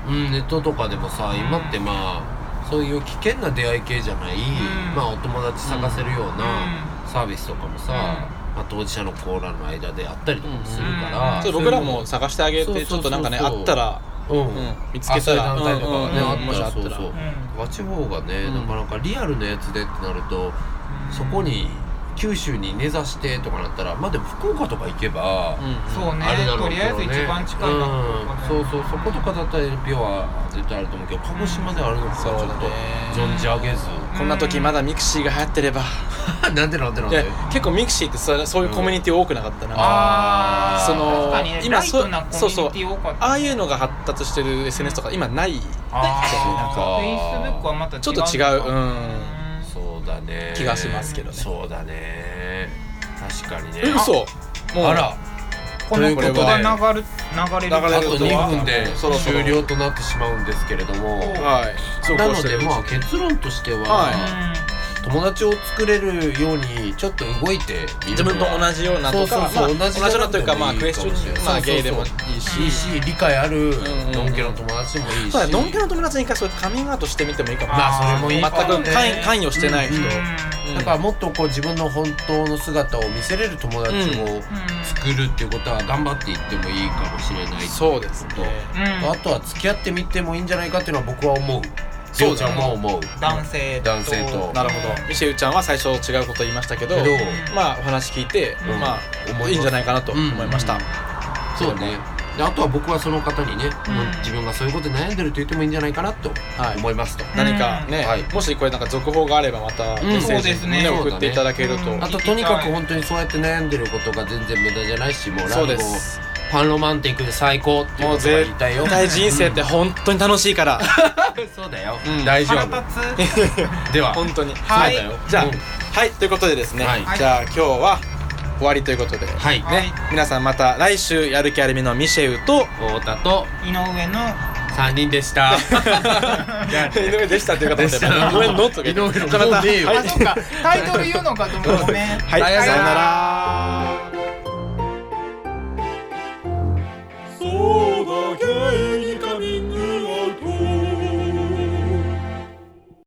Speaker 2: 生うんネットとかでもさ今ってまあそういう危険な出会い系じゃない、
Speaker 3: ん
Speaker 2: まあお友達探せるようなサービスとかもさ、
Speaker 3: うん
Speaker 2: まあ、当事者のコーラの間であったりとかもするから、
Speaker 3: あ
Speaker 1: そう
Speaker 2: そういう
Speaker 1: 僕らも探してあげ
Speaker 2: そうそう
Speaker 1: てち
Speaker 2: そ
Speaker 1: ょ
Speaker 2: う
Speaker 1: っとなんかね
Speaker 2: そう
Speaker 1: あったら
Speaker 2: うん、
Speaker 1: うん見つ
Speaker 2: あ
Speaker 1: け
Speaker 2: そ
Speaker 1: た
Speaker 2: ういう
Speaker 1: ら
Speaker 2: 団体とかがね、
Speaker 1: うんうん
Speaker 2: あ
Speaker 1: うん
Speaker 2: っ
Speaker 1: も
Speaker 2: た
Speaker 1: しあ
Speaker 2: ら
Speaker 1: っ
Speaker 2: そう
Speaker 1: たら
Speaker 2: そう
Speaker 3: う、ん
Speaker 2: 地方がね、
Speaker 1: うん
Speaker 2: なかなかリアルなやつでってなると、そこに九州に根ざしてとかなったらまあでも福岡とか行け
Speaker 1: う
Speaker 2: ば、
Speaker 1: ん
Speaker 3: そうね
Speaker 2: あれだろう
Speaker 3: と
Speaker 2: け
Speaker 3: り
Speaker 2: ど
Speaker 3: あ
Speaker 2: ね
Speaker 3: えず一番近い学校とかね
Speaker 2: うん、そうそうそことかだったら NPO は絶対あると思うけど鹿児島であるのかち
Speaker 1: そ
Speaker 2: ょ
Speaker 1: う
Speaker 2: っ
Speaker 1: だね
Speaker 2: と存じ上げず、
Speaker 1: こんな時まだミクシーが流行ってれば
Speaker 2: [laughs] なんでなんでな
Speaker 1: い
Speaker 2: んで
Speaker 1: や結構ミクシーってそそういうコミュニティ多くなかったな
Speaker 3: あー
Speaker 1: その
Speaker 3: 確かにね
Speaker 1: 今
Speaker 3: ライトなコミ
Speaker 1: そ
Speaker 3: ュニティ多かった
Speaker 1: ああいうのが発達してる SNS とか今ない
Speaker 2: そうか
Speaker 3: ああフェイスブックはまた違う
Speaker 1: ちょっと違ううん
Speaker 2: そうだね
Speaker 1: 気がしますけどね
Speaker 2: そうだね確かにね
Speaker 1: え嘘もう
Speaker 2: あら
Speaker 3: このことが流る流れる
Speaker 2: あ
Speaker 1: 流れる
Speaker 2: と
Speaker 1: ことは
Speaker 2: 2分で
Speaker 1: そろそろ
Speaker 2: 終了となってしまうんですけれども
Speaker 1: はい
Speaker 2: なのでまあ
Speaker 1: あ
Speaker 2: 結論としては、
Speaker 1: は
Speaker 2: 友達を作れるようにちょっと動いてみ
Speaker 1: 自
Speaker 2: る
Speaker 1: 分と同じようなとか
Speaker 2: そうそうそう
Speaker 1: まあ
Speaker 2: 同じ
Speaker 1: 同じようなというかまあ
Speaker 2: でも
Speaker 1: ク
Speaker 2: い
Speaker 1: エ
Speaker 2: い
Speaker 1: ス
Speaker 2: か
Speaker 1: チ
Speaker 2: もしれない
Speaker 1: ョンまあ
Speaker 2: そうそうそう
Speaker 1: ゲイでもいいし
Speaker 2: いいし理解ある
Speaker 1: んうん
Speaker 2: のんけの友達もいいし
Speaker 1: そうだねのんけの友達に一回そういうカミングアウトしてみてもいいかも
Speaker 2: まあそれもいい
Speaker 1: 全
Speaker 2: かも
Speaker 1: く
Speaker 2: ね
Speaker 1: 関関与してない人
Speaker 2: うん
Speaker 1: うん
Speaker 2: だからもっとこう自分の本当の姿を見せれる友達を作るっていうことは頑張っていってもいいかもしれない
Speaker 1: そうですね
Speaker 2: とあとは付き合ってみてもいいんじゃないかっていうのは僕は思うりょ
Speaker 1: そうう
Speaker 2: ち
Speaker 1: だ
Speaker 2: ゃん
Speaker 1: ね
Speaker 2: も思う
Speaker 3: 男性と
Speaker 2: 男性と
Speaker 1: なるほどミシェルちゃんは最初違うこと言いましたけど
Speaker 2: けど
Speaker 1: まあお話聞いて
Speaker 2: うん
Speaker 1: ま
Speaker 2: 思い
Speaker 1: あ
Speaker 2: ます
Speaker 1: いいんじゃないかなと思いました
Speaker 2: そうねであとは僕はその方にね、もう自分がそういうことで悩んでると言ってもいいんじゃないかなと
Speaker 1: はい
Speaker 2: 思いますと、
Speaker 1: 何か
Speaker 2: はい
Speaker 1: ねもしこれなんか続報があればまた
Speaker 2: ん
Speaker 1: メッセージ
Speaker 3: そうです
Speaker 1: に
Speaker 3: ね
Speaker 1: ね送っていただける
Speaker 3: そうだね
Speaker 1: と
Speaker 2: あととにかく本当にそうやって悩んでることが全然無駄じゃないしもうラ
Speaker 1: そう
Speaker 2: ブ
Speaker 1: で
Speaker 2: も
Speaker 1: す
Speaker 2: パンロマンティックで最高っていう
Speaker 1: も
Speaker 2: こ
Speaker 1: う
Speaker 2: とが
Speaker 1: 絶
Speaker 2: 言いたいよ
Speaker 1: 対人生って本当に楽しいから
Speaker 2: [laughs] そうだよ、
Speaker 1: うん
Speaker 2: 大丈
Speaker 3: 腹
Speaker 2: 夫
Speaker 3: 立つ
Speaker 2: では
Speaker 1: 本当に
Speaker 2: は
Speaker 1: はいいじゃあ
Speaker 2: うん
Speaker 1: はいということでですね
Speaker 2: はい
Speaker 1: じゃあ今日は終わりということで
Speaker 2: はい、
Speaker 3: はい
Speaker 1: ね皆さんまた来週やる気ありみのミシェウと
Speaker 2: 太田と
Speaker 3: 井上の
Speaker 2: 3人でした
Speaker 1: [laughs]
Speaker 2: じゃあね
Speaker 1: 井 [laughs] 上でしたという方で
Speaker 2: でした
Speaker 1: ごめんのとか言って
Speaker 2: 井上の
Speaker 1: じゃあまた
Speaker 2: もうねえよ
Speaker 1: はい
Speaker 3: あそうかタイトル言うのかと思うごめん
Speaker 1: はい
Speaker 2: さよ
Speaker 1: さよう
Speaker 2: なら
Speaker 1: なら